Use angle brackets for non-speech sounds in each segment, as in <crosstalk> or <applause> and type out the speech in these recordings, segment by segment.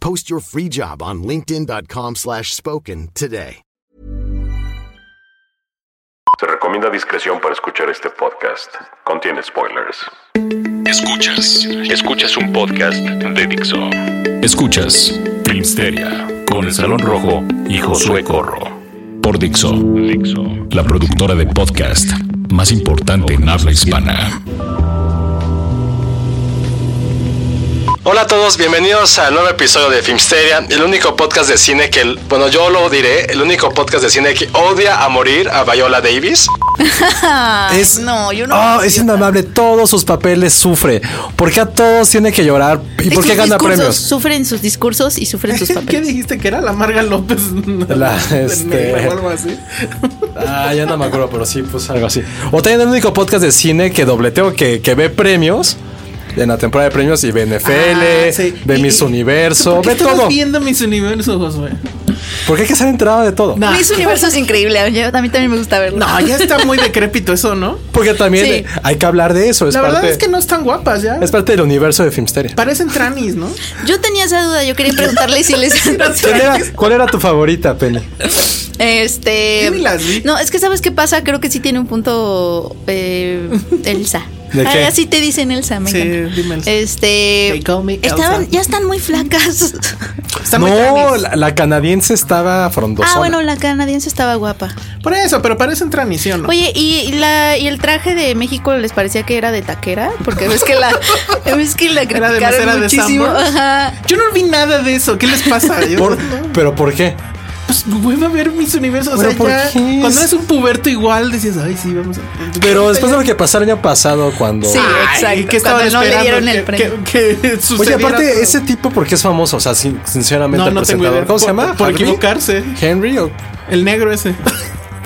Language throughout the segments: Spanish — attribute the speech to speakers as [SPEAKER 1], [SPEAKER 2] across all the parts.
[SPEAKER 1] Post your free job on linkedin.com slash spoken today.
[SPEAKER 2] Se recomienda discreción para escuchar este podcast. Contiene spoilers.
[SPEAKER 3] Escuchas, escuchas un podcast de Dixo. Escuchas Filmsteria con el Salón Rojo y Josué Corro. Por Dixo, Dixo, la productora de podcast más importante en habla hispana.
[SPEAKER 4] Hola a todos, bienvenidos al nuevo episodio de Filmsteria, el único podcast de cine que, bueno, yo lo diré, el único podcast de cine que odia a morir a Viola
[SPEAKER 5] <laughs>
[SPEAKER 4] Davis.
[SPEAKER 6] Es, no, yo no.
[SPEAKER 5] Ah,
[SPEAKER 7] Oh, es inamable, ah, todos sus papeles sufre. ¿Por qué a todos tiene que llorar? ¿Y por qué gana premios?
[SPEAKER 6] Sufren sus discursos y sufren sus
[SPEAKER 5] <laughs> ¿Qué
[SPEAKER 6] papeles.
[SPEAKER 5] dijiste que era la Marga López? <laughs>
[SPEAKER 7] La, este-
[SPEAKER 5] Negra o algo así.
[SPEAKER 7] <laughs> Ah, ya no me acuerdo, pero sí, pues algo así. O también el único podcast de cine que dobleteo, que, que ve premios. En la temporada de premios y ve NFL,
[SPEAKER 5] Ah, sí.
[SPEAKER 7] ve
[SPEAKER 5] Y-
[SPEAKER 7] Miss
[SPEAKER 5] y-
[SPEAKER 7] Universo,
[SPEAKER 5] ¿Por qué
[SPEAKER 7] ve
[SPEAKER 5] estabas
[SPEAKER 7] todo.
[SPEAKER 5] viendo mis universos, Josué?
[SPEAKER 7] ¿Por qué hay que estar enterado de todo?
[SPEAKER 5] Ah.
[SPEAKER 6] Miss Universo es increíble. Yo, a mí también me gusta verlo.
[SPEAKER 5] No, ya está muy decrépito eso, ¿no?
[SPEAKER 7] Porque también
[SPEAKER 6] Sí.
[SPEAKER 7] eh, hay que hablar de eso. Es
[SPEAKER 5] la
[SPEAKER 7] parte,
[SPEAKER 5] verdad es que no están guapas ya.
[SPEAKER 7] es parte del universo de Filmsteria.
[SPEAKER 5] Parecen tranis, ¿no?
[SPEAKER 6] Yo tenía esa duda. Yo
[SPEAKER 5] <laughs>
[SPEAKER 6] quería preguntarle si les.
[SPEAKER 7] ¿Cuál era, cuál era tu favorita, Penny?
[SPEAKER 6] <laughs> este.
[SPEAKER 5] Yo ni las vi.
[SPEAKER 6] No, es que sabes qué pasa. Creo que sí tiene un punto. eh, Elsa.
[SPEAKER 7] ¿De
[SPEAKER 6] Ay,
[SPEAKER 7] qué?
[SPEAKER 6] así te dicen Elsa, me
[SPEAKER 5] Sí,
[SPEAKER 6] encanta.
[SPEAKER 5] dime Elsa.
[SPEAKER 6] Este.
[SPEAKER 5] They call me Elsa.
[SPEAKER 6] Estaban, ya están muy
[SPEAKER 5] <laughs>
[SPEAKER 6] flacas.
[SPEAKER 5] Están muy
[SPEAKER 7] No,
[SPEAKER 5] tranis.
[SPEAKER 7] la, la canadiense estaba frondosa.
[SPEAKER 6] ah, bueno, la canadiense estaba guapa.
[SPEAKER 5] Por eso, pero parecen tranis, ¿sí o no?
[SPEAKER 6] Oye, ¿y, la, ¿y el traje de México les parecía que era de taquera? Porque ves que
[SPEAKER 5] <laughs>
[SPEAKER 6] la, ves que la
[SPEAKER 5] Era de
[SPEAKER 6] criticaron
[SPEAKER 5] mesera de
[SPEAKER 6] muchísimo.
[SPEAKER 5] Sambor.
[SPEAKER 6] Ajá.
[SPEAKER 5] Yo no vi nada de eso. ¿Qué les
[SPEAKER 7] <laughs>
[SPEAKER 5] pasa? Yo,
[SPEAKER 7] Por-
[SPEAKER 5] no,
[SPEAKER 7] ¿Pero por qué?
[SPEAKER 5] pues vuelvo a ver mis universos. O
[SPEAKER 7] ¿Pero
[SPEAKER 5] sea,
[SPEAKER 7] por
[SPEAKER 5] ya,
[SPEAKER 7] qué es?
[SPEAKER 5] cuando eres un puberto igual, decías, ay, sí, vamos a.
[SPEAKER 7] Pero después de lo que pasó el año pasado cuando...
[SPEAKER 6] Sí,
[SPEAKER 5] Ay,
[SPEAKER 6] exacto.
[SPEAKER 5] ¿qué estaban
[SPEAKER 6] cuando no le
[SPEAKER 5] esperando?
[SPEAKER 6] dieron el
[SPEAKER 5] Que-
[SPEAKER 6] premio.
[SPEAKER 5] que- que
[SPEAKER 7] Oye,
[SPEAKER 5] sucediera todo.
[SPEAKER 7] aparte, ese tipo, ¿por qué es famoso? O sea, sin- sinceramente,
[SPEAKER 5] No, no
[SPEAKER 7] el
[SPEAKER 5] tengo idea.
[SPEAKER 7] presentador. ¿Cómo se
[SPEAKER 5] Por-
[SPEAKER 7] llama?
[SPEAKER 5] por
[SPEAKER 7] ¿Henry?
[SPEAKER 5] equivocarse.
[SPEAKER 7] ¿Henry? o-
[SPEAKER 5] El negro ese.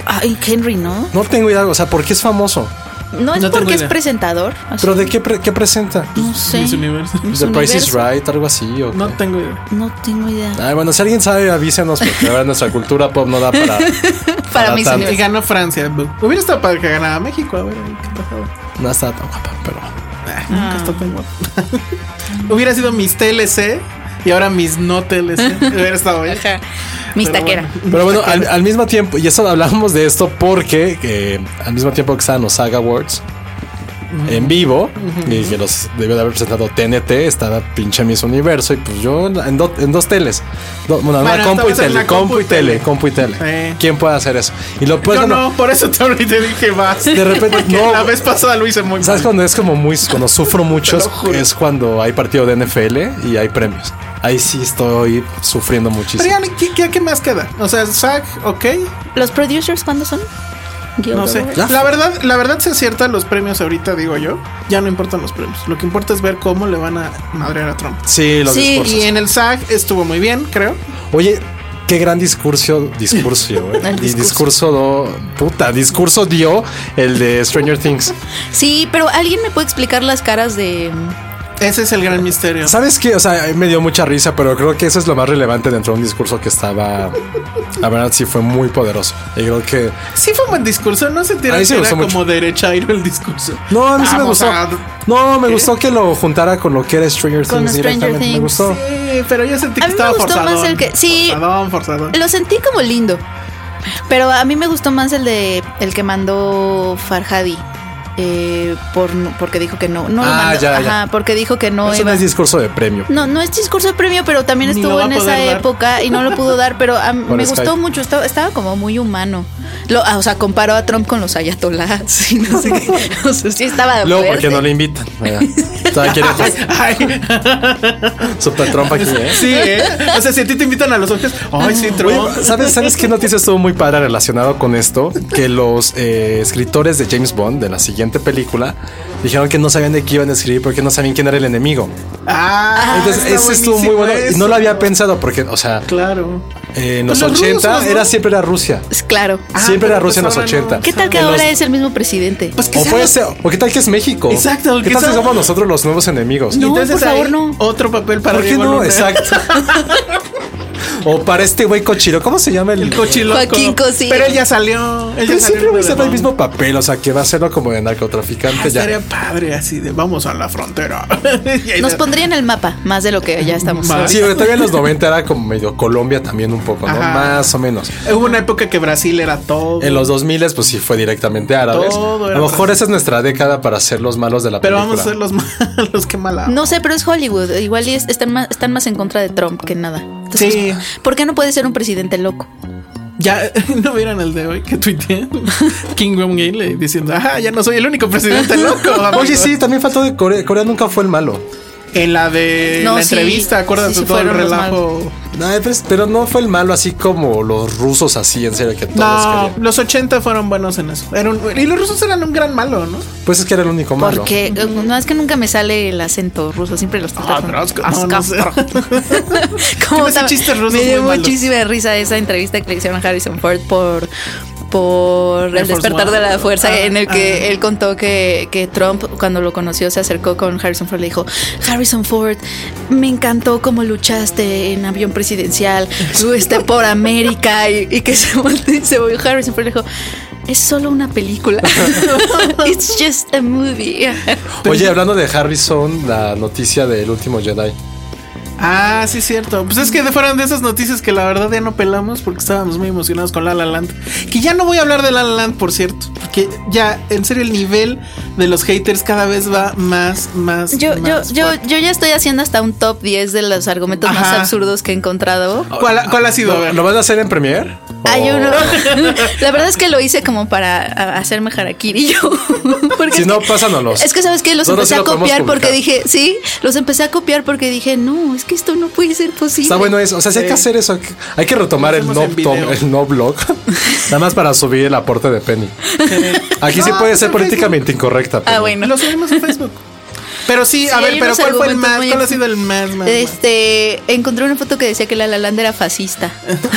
[SPEAKER 6] Ay, Henry, ¿no?
[SPEAKER 7] No tengo idea. O sea, ¿por qué es famoso?
[SPEAKER 6] No es
[SPEAKER 5] No tengo
[SPEAKER 6] porque es
[SPEAKER 5] idea.
[SPEAKER 6] presentador. así,
[SPEAKER 7] ¿Pero de qué, pre- qué presenta?
[SPEAKER 6] no sé.
[SPEAKER 5] Miss Pues, Universo.
[SPEAKER 6] Miss
[SPEAKER 7] ¿The Price is
[SPEAKER 6] Universo.
[SPEAKER 7] Right? ¿Algo así? ¿o
[SPEAKER 5] No
[SPEAKER 7] qué?
[SPEAKER 5] tengo idea.
[SPEAKER 6] No tengo idea.
[SPEAKER 7] Ay, bueno, si alguien sabe, avísenos, porque ahora nuestra cultura pop no da
[SPEAKER 5] <laughs>
[SPEAKER 7] para...
[SPEAKER 6] Para Miss
[SPEAKER 7] tanto.
[SPEAKER 5] Y
[SPEAKER 6] Universo.
[SPEAKER 5] ganó Francia. Bu. Hubiera estado para que ganara México. A ver, ahí, ¿qué pasaba?
[SPEAKER 7] No está tan guapa, pero...
[SPEAKER 5] Nunca está tan guapo. <laughs> Hubiera sido mis TLC y ahora mis no TLC. Hubiera estado bien.
[SPEAKER 6] Ajá. Miss
[SPEAKER 5] Pero
[SPEAKER 6] taquera.
[SPEAKER 7] Pero bueno, al, al mismo tiempo, y eso hablábamos de esto porque eh, al mismo tiempo que estaban los Saga Awards en vivo, y que los debió de haber presentado TNT, estaba pinche Miss Universo, y pues yo en, do- en dos teles. Do- bueno, en
[SPEAKER 5] Bueno,
[SPEAKER 7] una compu y
[SPEAKER 5] estabas en
[SPEAKER 7] tele,
[SPEAKER 5] la
[SPEAKER 7] compu y tele, compu y tele.
[SPEAKER 5] Eh.
[SPEAKER 7] ¿Quién puede hacer eso? Y lo puedes
[SPEAKER 5] Yo no, por eso te ahorita dije vas.
[SPEAKER 7] De
[SPEAKER 5] <laughs>
[SPEAKER 7] repente,
[SPEAKER 5] Porque
[SPEAKER 7] Pues no.
[SPEAKER 5] la vez pasada lo hice muy
[SPEAKER 7] ¿Sabes
[SPEAKER 5] mal.
[SPEAKER 7] cuando es como muy, cuando
[SPEAKER 5] <laughs>
[SPEAKER 7] sufro mucho? Es,
[SPEAKER 5] lo juro.
[SPEAKER 7] es cuando hay partido de NFL y hay premios. Ahí sí estoy sufriendo
[SPEAKER 5] Pero
[SPEAKER 7] muchísimo.
[SPEAKER 5] ya, ¿qué, qué, qué más queda? O sea, SAG, ok.
[SPEAKER 6] ¿Los producers cuándo son? Guild
[SPEAKER 5] No sé.
[SPEAKER 6] Awards.
[SPEAKER 7] Ya.
[SPEAKER 5] La verdad, la verdad se aciertan los premios ahorita, digo yo. Ya no importan los premios. Lo que importa es ver cómo le van a madrear a Trump.
[SPEAKER 7] Sí, los
[SPEAKER 6] Sí,
[SPEAKER 7] discursos.
[SPEAKER 5] Y en el SAG estuvo muy bien, creo.
[SPEAKER 7] Oye, qué gran discurso,
[SPEAKER 6] <laughs>
[SPEAKER 7] discurso, güey.
[SPEAKER 6] El
[SPEAKER 7] Y
[SPEAKER 6] discurso.
[SPEAKER 7] discurso do- puta, discurso dio el de Stranger Things.
[SPEAKER 6] Sí, pero alguien me puede explicar las caras de.
[SPEAKER 5] Ese es el gran misterio.
[SPEAKER 7] ¿Sabes qué? O sea, me dio mucha risa, pero creo que eso es lo más relevante dentro de un discurso que estaba. La verdad, sí fue muy poderoso. Y creo que.
[SPEAKER 5] Sí fue un buen discurso, no se
[SPEAKER 7] A
[SPEAKER 5] tiene
[SPEAKER 7] mí sí
[SPEAKER 5] que
[SPEAKER 7] me
[SPEAKER 5] era
[SPEAKER 7] gustó mucho.
[SPEAKER 5] como derechairo el discurso.
[SPEAKER 7] No, a mí sí me
[SPEAKER 5] Vamos
[SPEAKER 7] gustó.
[SPEAKER 5] a-
[SPEAKER 7] No, me gustó que lo juntara con lo que era Stranger
[SPEAKER 6] Con
[SPEAKER 7] Things
[SPEAKER 6] Stranger
[SPEAKER 7] directamente. Me
[SPEAKER 6] Things.
[SPEAKER 7] gustó.
[SPEAKER 5] Sí, pero yo sentí
[SPEAKER 6] A mí
[SPEAKER 5] que
[SPEAKER 6] me
[SPEAKER 5] estaba
[SPEAKER 6] gustó más
[SPEAKER 5] forzado.
[SPEAKER 6] el que- sí.
[SPEAKER 5] Forzadón, forzadón.
[SPEAKER 6] Lo sentí como lindo. Pero a mí me gustó más el de el que mandó Farhadi. eh, por, porque dijo que no. no lo
[SPEAKER 7] Ah,
[SPEAKER 6] mandó.
[SPEAKER 7] ya, ya.
[SPEAKER 6] Ajá, porque dijo que no
[SPEAKER 7] Eso
[SPEAKER 6] iba.
[SPEAKER 7] no es discurso de premio.
[SPEAKER 6] No, no es discurso de premio, pero también
[SPEAKER 5] Ni lo
[SPEAKER 6] estuvo
[SPEAKER 5] va
[SPEAKER 6] en
[SPEAKER 5] a poder
[SPEAKER 6] esa
[SPEAKER 5] dar.
[SPEAKER 6] época y no lo pudo dar,
[SPEAKER 7] <laughs>
[SPEAKER 6] pero a mí
[SPEAKER 7] Por
[SPEAKER 6] me
[SPEAKER 7] Skype.
[SPEAKER 6] gustó mucho, estaba, estaba como muy humano. Lo, ah, o sea, comparó a Trump con los ayatolás y no sé
[SPEAKER 5] <laughs>
[SPEAKER 6] qué. O sea, sí estaba
[SPEAKER 7] Luego,
[SPEAKER 6] fuerte.
[SPEAKER 7] porque no le invitan. <laughs> Vaya. Todavía
[SPEAKER 6] <laughs>
[SPEAKER 7] quiere
[SPEAKER 5] Ay,
[SPEAKER 7] super trompa aquí, ¿eh?
[SPEAKER 5] sí, ¿eh? O sea, si a ti te invitan a los ojos, ay, sí, Trump.
[SPEAKER 7] Oye, ¿sabes,
[SPEAKER 5] <laughs>
[SPEAKER 7] ¿Sabes qué noticia estuvo muy padre relacionado con esto? Que los eh, escritores de James Bond de la siguiente película dijeron que no sabían de qué iban a escribir porque no sabían quién era el enemigo.
[SPEAKER 5] Ah,
[SPEAKER 7] Entonces,
[SPEAKER 5] está
[SPEAKER 7] eso estuvo muy
[SPEAKER 5] buenísimo
[SPEAKER 7] bueno. Y
[SPEAKER 5] eso.
[SPEAKER 7] no lo había pensado porque, o sea,
[SPEAKER 5] Claro.
[SPEAKER 7] eh, en los
[SPEAKER 5] Pues los
[SPEAKER 7] 80
[SPEAKER 5] rusos, ¿no?
[SPEAKER 7] era siempre era Rusia.
[SPEAKER 6] Claro.
[SPEAKER 7] siempre
[SPEAKER 5] pero
[SPEAKER 7] era Rusia en los
[SPEAKER 5] pues ahora
[SPEAKER 7] 80.
[SPEAKER 5] no.
[SPEAKER 6] ¿Qué tal que
[SPEAKER 7] En los-
[SPEAKER 6] ahora es el mismo presidente?
[SPEAKER 5] Pues que
[SPEAKER 7] O
[SPEAKER 5] sea-
[SPEAKER 7] puede ser, o qué tal que es México.
[SPEAKER 5] Exacto,
[SPEAKER 7] ¿Qué
[SPEAKER 5] que
[SPEAKER 7] tal que
[SPEAKER 5] sea-
[SPEAKER 7] somos nosotros los nuevos enemigos?
[SPEAKER 6] No,
[SPEAKER 5] Entonces,
[SPEAKER 6] por favor,
[SPEAKER 5] ahí,
[SPEAKER 6] no.
[SPEAKER 5] Otro papel para
[SPEAKER 7] ¿Por qué
[SPEAKER 5] Diego
[SPEAKER 7] no?
[SPEAKER 5] Luna.
[SPEAKER 7] Exacto. o para este güey cochiro, ¿cómo se llama el,
[SPEAKER 5] El <laughs> cochiloco.
[SPEAKER 6] Joaquín Cosío.
[SPEAKER 5] Pero él ya salió. Él ya
[SPEAKER 7] Pero
[SPEAKER 5] salió
[SPEAKER 7] siempre
[SPEAKER 5] en
[SPEAKER 7] voy a hacer el
[SPEAKER 5] Bebedón.
[SPEAKER 7] mismo papel, o sea, que va a hacerlo como de narcotraficante ya.
[SPEAKER 5] Ah, Estaría padre así de vamos a la frontera. <laughs> Y ahí
[SPEAKER 6] Nos
[SPEAKER 5] de-
[SPEAKER 6] pondría en el mapa más de lo que ya estamos.
[SPEAKER 5] Más.
[SPEAKER 7] Sí, pero todavía en los 90 era como medio Colombia también un poco, ¿no?
[SPEAKER 5] Ajá.
[SPEAKER 7] Más o menos.
[SPEAKER 5] Hubo una época que Brasil era todo.
[SPEAKER 7] En los 2000 pues sí fue directamente árabes.
[SPEAKER 5] Todo
[SPEAKER 7] a
[SPEAKER 5] era
[SPEAKER 7] lo mejor
[SPEAKER 5] Brasil.
[SPEAKER 7] esa es nuestra década para ser los malos de la
[SPEAKER 5] pero vamos
[SPEAKER 7] película.
[SPEAKER 5] a ser <laughs> los malos, qué mala.
[SPEAKER 6] No sé, pero es Hollywood. Igual y es- están, más, están más en contra de Trump que nada. Entonces,
[SPEAKER 5] Sí.
[SPEAKER 6] ¿por qué no puede ser un presidente loco?
[SPEAKER 5] Ya <laughs> no vieron el de hoy que
[SPEAKER 6] <laughs>
[SPEAKER 5] tuiteé King Wong Gale eh, diciendo, ajá, ya no soy el único presidente loco. amigo".
[SPEAKER 7] <laughs> Oye, sí, también faltó de Corea. Corea nunca fue el malo.
[SPEAKER 5] En la de
[SPEAKER 6] No,
[SPEAKER 5] la
[SPEAKER 6] sí.
[SPEAKER 5] entrevista, acuérdate
[SPEAKER 6] Sí, sí
[SPEAKER 5] todo el
[SPEAKER 6] fueron los
[SPEAKER 5] relajo.
[SPEAKER 7] No, eh, pero, es- pero no fue el malo así como los rusos así, en serio, que todos
[SPEAKER 5] No,
[SPEAKER 7] querían.
[SPEAKER 5] los 80 fueron buenos en eso. Era un- y los rusos eran un gran malo, ¿no?
[SPEAKER 7] Pues es que era el único malo.
[SPEAKER 6] Porque eh, no es que nunca me sale el acento ruso, siempre los
[SPEAKER 5] Ah, pero asco, no, no sé. <laughs>
[SPEAKER 6] <laughs> Como <laughs>
[SPEAKER 5] me sé
[SPEAKER 6] tam-
[SPEAKER 5] chistes rusos
[SPEAKER 6] me dio
[SPEAKER 5] muy malos.
[SPEAKER 6] muchísima risa esa entrevista que le hicieron a Harrison Ford por por el
[SPEAKER 5] Air Force
[SPEAKER 6] despertar
[SPEAKER 5] One.
[SPEAKER 6] de la fuerza
[SPEAKER 5] Ah,
[SPEAKER 6] en el que
[SPEAKER 5] ah.
[SPEAKER 6] él contó que, que Trump cuando lo conoció se acercó con Harrison Ford y le dijo Harrison Ford me encantó cómo luchaste en avión
[SPEAKER 5] <laughs>
[SPEAKER 6] presidencial estuviste por América y, y que se volteó y <laughs> se volvió Harrison Ford y le dijo es solo una
[SPEAKER 5] <laughs>
[SPEAKER 6] película <laughs> it's just a movie <laughs>
[SPEAKER 7] Oye, hablando de Harrison, la noticia del último Jedi.
[SPEAKER 5] Ah, sí, cierto. Pues es que fueron de esas noticias que la verdad ya no pelamos porque estábamos muy emocionados con La La Land. Que ya no voy a hablar de La La Land, por cierto. Porque ya, en serio, el nivel de los haters cada vez va más, más.
[SPEAKER 6] yo, yo,
[SPEAKER 5] más
[SPEAKER 6] yo,
[SPEAKER 5] fuerte.
[SPEAKER 6] yo ya estoy haciendo hasta un top 10 de los argumentos más
[SPEAKER 5] Ajá. Oh.
[SPEAKER 6] absurdos que he encontrado
[SPEAKER 5] ¿Cuál, ha- cuál ha sido? A ver.
[SPEAKER 7] ¿Lo van a hacer en Premiere?
[SPEAKER 6] Hay
[SPEAKER 7] ¿O-
[SPEAKER 6] uno. <laughs> La verdad es que lo hice como para a- hacerme harakiri yo. <laughs> Porque
[SPEAKER 7] Si
[SPEAKER 6] es
[SPEAKER 7] no,
[SPEAKER 6] que-
[SPEAKER 7] pásanos.
[SPEAKER 6] Es que sabes que los
[SPEAKER 7] Nosotros sí
[SPEAKER 6] empecé a
[SPEAKER 7] lo podemos
[SPEAKER 6] copiar porque
[SPEAKER 7] publicar.
[SPEAKER 6] dije, sí, los empecé a copiar porque dije, no, es que esto no puede ser posible.
[SPEAKER 7] Está
[SPEAKER 5] eh.
[SPEAKER 7] bueno eso. O sea, si hay que
[SPEAKER 5] Sí.
[SPEAKER 7] hacer eso. Hay que retomar
[SPEAKER 5] Lo
[SPEAKER 7] el no,
[SPEAKER 5] hacemos en
[SPEAKER 7] tom-
[SPEAKER 5] video.
[SPEAKER 7] el no
[SPEAKER 5] <laughs>
[SPEAKER 7] blog. Nada más para subir el aporte de Penny. Aquí sí
[SPEAKER 5] No,
[SPEAKER 7] puede
[SPEAKER 5] pues
[SPEAKER 7] ser
[SPEAKER 5] en
[SPEAKER 7] políticamente incorrecta.
[SPEAKER 6] Ah,
[SPEAKER 7] Penny.
[SPEAKER 6] bueno.
[SPEAKER 5] Lo subimos en Facebook. Pero sí, a
[SPEAKER 6] Sí, hay
[SPEAKER 5] ver, pero
[SPEAKER 6] unos
[SPEAKER 5] ¿cuál fue el
[SPEAKER 6] argumentos
[SPEAKER 5] más?
[SPEAKER 6] muy
[SPEAKER 5] ¿Cuál ha sido el más? más, más?
[SPEAKER 6] Este, encontré una foto que decía que la Lalanda era
[SPEAKER 5] <laughs>
[SPEAKER 6] fascista.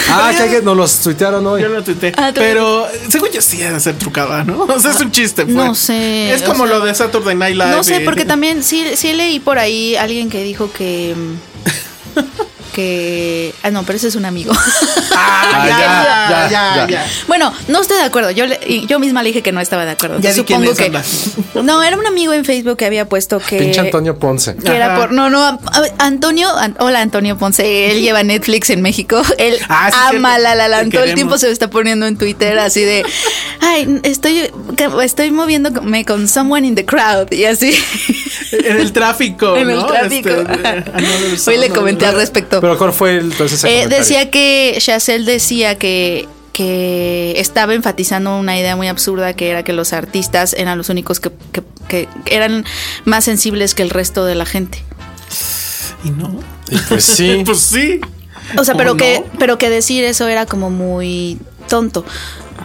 [SPEAKER 7] Ah, que alguien nos los tuitearon hoy.
[SPEAKER 5] Yo lo tuiteé.
[SPEAKER 6] Ah, tú-
[SPEAKER 5] pero según yo sí ha de ser trucada, ¿no? <laughs> O sea, es un chiste. fue.
[SPEAKER 6] No sé,
[SPEAKER 5] Es
[SPEAKER 6] o
[SPEAKER 5] como
[SPEAKER 6] sea,
[SPEAKER 5] lo de Saturday Night Live.
[SPEAKER 6] No sé,
[SPEAKER 5] y-
[SPEAKER 6] porque también sí, sí leí por ahí alguien que dijo
[SPEAKER 5] <laughs>
[SPEAKER 6] que. mm, que. Ah, no, pero ese es un amigo. <laughs>
[SPEAKER 5] Ah,
[SPEAKER 7] Ah, ya,
[SPEAKER 5] ya,
[SPEAKER 7] ya,
[SPEAKER 5] ya,
[SPEAKER 7] ya.
[SPEAKER 5] ya.
[SPEAKER 6] Bueno, no estoy de acuerdo. Yo, le- y yo misma le dije que no estaba de acuerdo.
[SPEAKER 5] Ya di quién
[SPEAKER 6] Supongo
[SPEAKER 5] es,
[SPEAKER 6] que.
[SPEAKER 5] anda.
[SPEAKER 6] <laughs> No, era un amigo en Facebook que había puesto que.
[SPEAKER 7] Pinche Antonio Ponce.
[SPEAKER 6] que era
[SPEAKER 5] Ajá.
[SPEAKER 6] por. Eh, No, no. a- a- Antonio. An- hola, Antonio Ponce. Él lleva Netflix en México. <laughs> Él
[SPEAKER 5] Ah, sí,
[SPEAKER 6] ama
[SPEAKER 5] cierto.
[SPEAKER 6] la la Land.
[SPEAKER 5] Te
[SPEAKER 6] Todo el
[SPEAKER 5] queremos.
[SPEAKER 6] tiempo se está poniendo en Twitter así de. Ay, estoy, estoy moviéndome con someone in the crowd. Y así. <laughs>
[SPEAKER 5] En el tráfico.
[SPEAKER 6] en el
[SPEAKER 5] ¿no?
[SPEAKER 6] tráfico.
[SPEAKER 5] Este,
[SPEAKER 6] <laughs> Ajá.
[SPEAKER 5] another
[SPEAKER 6] Hoy
[SPEAKER 5] song,
[SPEAKER 6] le comenté al
[SPEAKER 5] another-
[SPEAKER 6] respecto.
[SPEAKER 7] Pero ¿cuál fue el, entonces el
[SPEAKER 6] Eh,
[SPEAKER 7] comentario?
[SPEAKER 6] decía que Chazelle decía que, que estaba enfatizando una idea muy absurda que era que los artistas eran los únicos que, que- que eran más sensibles que el resto de la gente.
[SPEAKER 5] Y no.
[SPEAKER 7] Y
[SPEAKER 6] <laughs>
[SPEAKER 7] pues sí.
[SPEAKER 5] <laughs> Pues sí.
[SPEAKER 6] O sea,
[SPEAKER 5] ¿O
[SPEAKER 6] pero que,
[SPEAKER 5] no?
[SPEAKER 6] pero que decir eso era como muy tonto.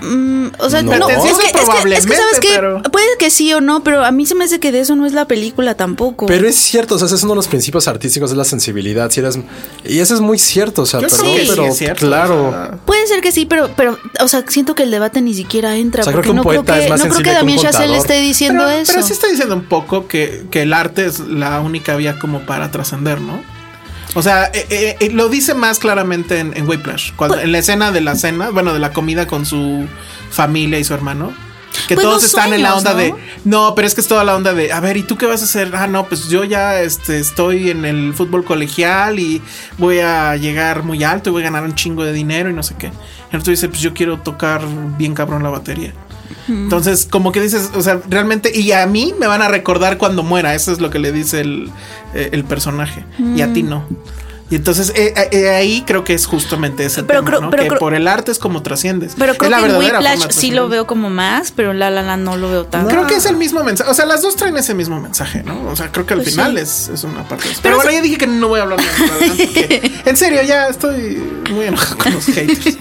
[SPEAKER 6] Mm, o sea,
[SPEAKER 7] No.
[SPEAKER 6] no, es, que, es
[SPEAKER 5] Pretencioso
[SPEAKER 6] que- es que,
[SPEAKER 5] probablemente,
[SPEAKER 6] sabes que
[SPEAKER 5] pero-
[SPEAKER 6] puede que sí o no, pero a mí se me hace que de eso no es la película tampoco.
[SPEAKER 7] Pero es cierto, o sea, ese es uno de los principios artísticos de la sensibilidad. Si eres, y eso es muy cierto, o sea,
[SPEAKER 5] Yo
[SPEAKER 7] pero,
[SPEAKER 6] creo que sí
[SPEAKER 7] pero
[SPEAKER 5] es cierto,
[SPEAKER 7] claro.
[SPEAKER 5] o sea.
[SPEAKER 6] Puede ser que sí, pero, pero, o sea, siento que el debate ni siquiera entra.
[SPEAKER 7] O sea, creo
[SPEAKER 6] porque
[SPEAKER 7] que un
[SPEAKER 6] no
[SPEAKER 7] poeta
[SPEAKER 6] creo
[SPEAKER 7] es
[SPEAKER 6] que,
[SPEAKER 7] más
[SPEAKER 6] no creo
[SPEAKER 7] sensible
[SPEAKER 6] que
[SPEAKER 7] que un
[SPEAKER 6] Damien Chazelle
[SPEAKER 7] contador.
[SPEAKER 6] esté diciendo
[SPEAKER 5] pero,
[SPEAKER 6] eso.
[SPEAKER 5] pero sí está diciendo un poco que, que el arte es la única vía como para trascender, ¿no? O sea, eh, eh, eh, lo dice más claramente en, en Whiplash, cuando,
[SPEAKER 6] Pues-
[SPEAKER 5] en la escena de la cena, bueno, de la comida con su familia y su hermano. Que
[SPEAKER 6] Pues
[SPEAKER 5] todos
[SPEAKER 6] los
[SPEAKER 5] están en la
[SPEAKER 6] sueños,
[SPEAKER 5] onda
[SPEAKER 6] ¿no?
[SPEAKER 5] de, no, pero es que es toda la onda de, a ver, ¿y tú qué vas a hacer? Ah, no, pues yo ya este, estoy en el fútbol colegial y voy a llegar muy alto y voy a ganar un chingo de dinero y no sé qué. Y el otro dice, pues yo quiero tocar bien cabrón la batería. Entonces, como que dices, o sea, realmente, y a mí me van a recordar cuando muera, eso es lo que le dice el, eh, el personaje, y
[SPEAKER 6] Mm.
[SPEAKER 5] a ti no. Y entonces eh, eh, ahí creo que es justamente ese
[SPEAKER 6] Pero
[SPEAKER 5] tema,
[SPEAKER 6] creo-
[SPEAKER 5] ¿no?
[SPEAKER 6] pero
[SPEAKER 5] que
[SPEAKER 6] creo-
[SPEAKER 5] por el arte es como trasciendes.
[SPEAKER 6] Pero
[SPEAKER 5] Es
[SPEAKER 6] creo
[SPEAKER 5] la
[SPEAKER 6] que en
[SPEAKER 5] verdadera forma
[SPEAKER 6] Whiplash
[SPEAKER 5] de
[SPEAKER 6] sí
[SPEAKER 5] trascender.
[SPEAKER 6] lo veo como más, pero en La La Land no lo veo tanto.
[SPEAKER 5] Creo que es el mismo mensaje. O sea, las dos traen ese mismo mensaje, ¿no? O sea, creo que al final es, es una parte. de eso.
[SPEAKER 6] Pues Pero
[SPEAKER 5] Pero, bueno,
[SPEAKER 6] es-
[SPEAKER 5] ya dije que no voy a hablar más. la verdad,
[SPEAKER 6] <laughs>
[SPEAKER 5] porque, en serio, ya estoy muy enojado con los haters.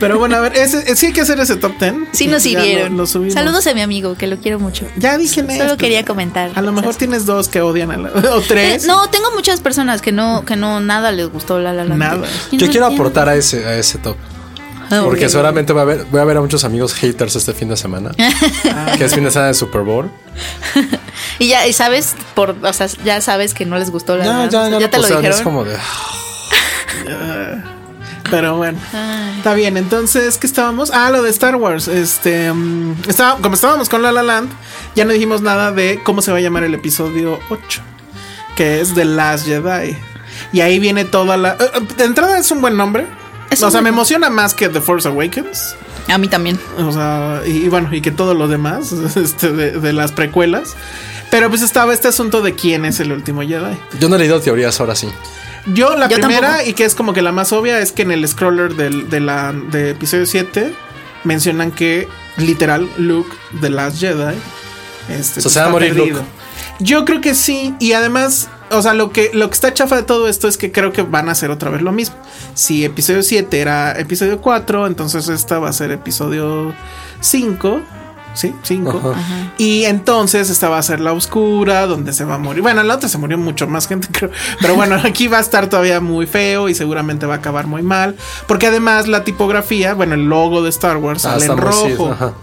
[SPEAKER 5] Pero bueno, a ver, ese- eh, sí hay que hacer ese top 10.
[SPEAKER 6] Sí nos
[SPEAKER 5] Ya lo-
[SPEAKER 6] hirieron.
[SPEAKER 5] lo subimos.
[SPEAKER 6] Saludos a mi amigo, que lo quiero mucho.
[SPEAKER 5] Ya dije
[SPEAKER 6] Solo quería comentar.
[SPEAKER 5] A lo mejor
[SPEAKER 6] Gracias.
[SPEAKER 5] tienes dos que odian a la, <laughs> o tres.
[SPEAKER 6] Eh, <laughs> No, tengo muchas personas que no, que no nada les gustó La La Land.
[SPEAKER 5] Nada.
[SPEAKER 6] Y
[SPEAKER 7] Yo
[SPEAKER 6] no
[SPEAKER 7] quiero
[SPEAKER 6] entiendo.
[SPEAKER 7] aportar a ese, a ese top.
[SPEAKER 6] Ah,
[SPEAKER 7] Porque
[SPEAKER 6] ok.
[SPEAKER 7] seguramente voy a, ver, voy a ver a muchos amigos haters este fin de
[SPEAKER 6] <laughs>
[SPEAKER 7] semana. que es fin de semana de Super Bowl.
[SPEAKER 6] Y ya y sabes, por, o sea, ya sabes que no les gustó La La
[SPEAKER 7] Ya,
[SPEAKER 6] Land.
[SPEAKER 7] ya, ya,
[SPEAKER 6] te lo
[SPEAKER 7] pusieron,
[SPEAKER 6] dijeron.
[SPEAKER 7] Es como de. "Ah,
[SPEAKER 5] Pero bueno.
[SPEAKER 6] Ay.
[SPEAKER 5] Está bien, entonces, ¿qué estábamos? Ah, lo de Star Wars. Este, mm, estaba- como estábamos con La La Land, ya no dijimos nada de cómo se va a llamar el episodio 8, que es The Last Jedi. Y ahí viene toda la... eh, eh, de entrada es un buen nombre.
[SPEAKER 6] Es
[SPEAKER 5] o
[SPEAKER 6] un
[SPEAKER 5] sea,
[SPEAKER 6] buen-
[SPEAKER 5] me emociona más que The Force Awakens.
[SPEAKER 6] A mí también.
[SPEAKER 5] O sea, y, y bueno, y que todo lo demás <laughs> este, de, de las precuelas. Pero pues estaba este asunto de quién es el último Jedi.
[SPEAKER 7] Yo no he leído teorías ahora sí. Ah,
[SPEAKER 5] Yo la
[SPEAKER 6] Yo
[SPEAKER 5] primera
[SPEAKER 6] tampoco.
[SPEAKER 5] y que es como que la más obvia es que en el scroller del, de la de episodio 7 mencionan que literal Luke The Last Jedi este,
[SPEAKER 7] O sea, se va a
[SPEAKER 5] está
[SPEAKER 7] morir
[SPEAKER 5] perdido.
[SPEAKER 7] Luke.
[SPEAKER 5] Yo creo que sí y además, o sea, lo que lo que está chafa de todo esto es que creo que van a hacer otra vez lo mismo. Si episodio 7 era episodio 4, entonces esta va a ser episodio 5. Sí, 5.
[SPEAKER 7] Ajá.
[SPEAKER 5] Y entonces esta va a ser la oscura, donde se va a morir. Bueno, en la otra se murió mucho más gente, <laughs> creo. Pero bueno, aquí va a estar todavía muy feo y seguramente va a acabar muy mal. Porque además la tipografía, bueno, el logo de Star Wars
[SPEAKER 7] Ah,
[SPEAKER 5] sale en
[SPEAKER 7] está muy- sí,
[SPEAKER 5] rojo.
[SPEAKER 7] ajá.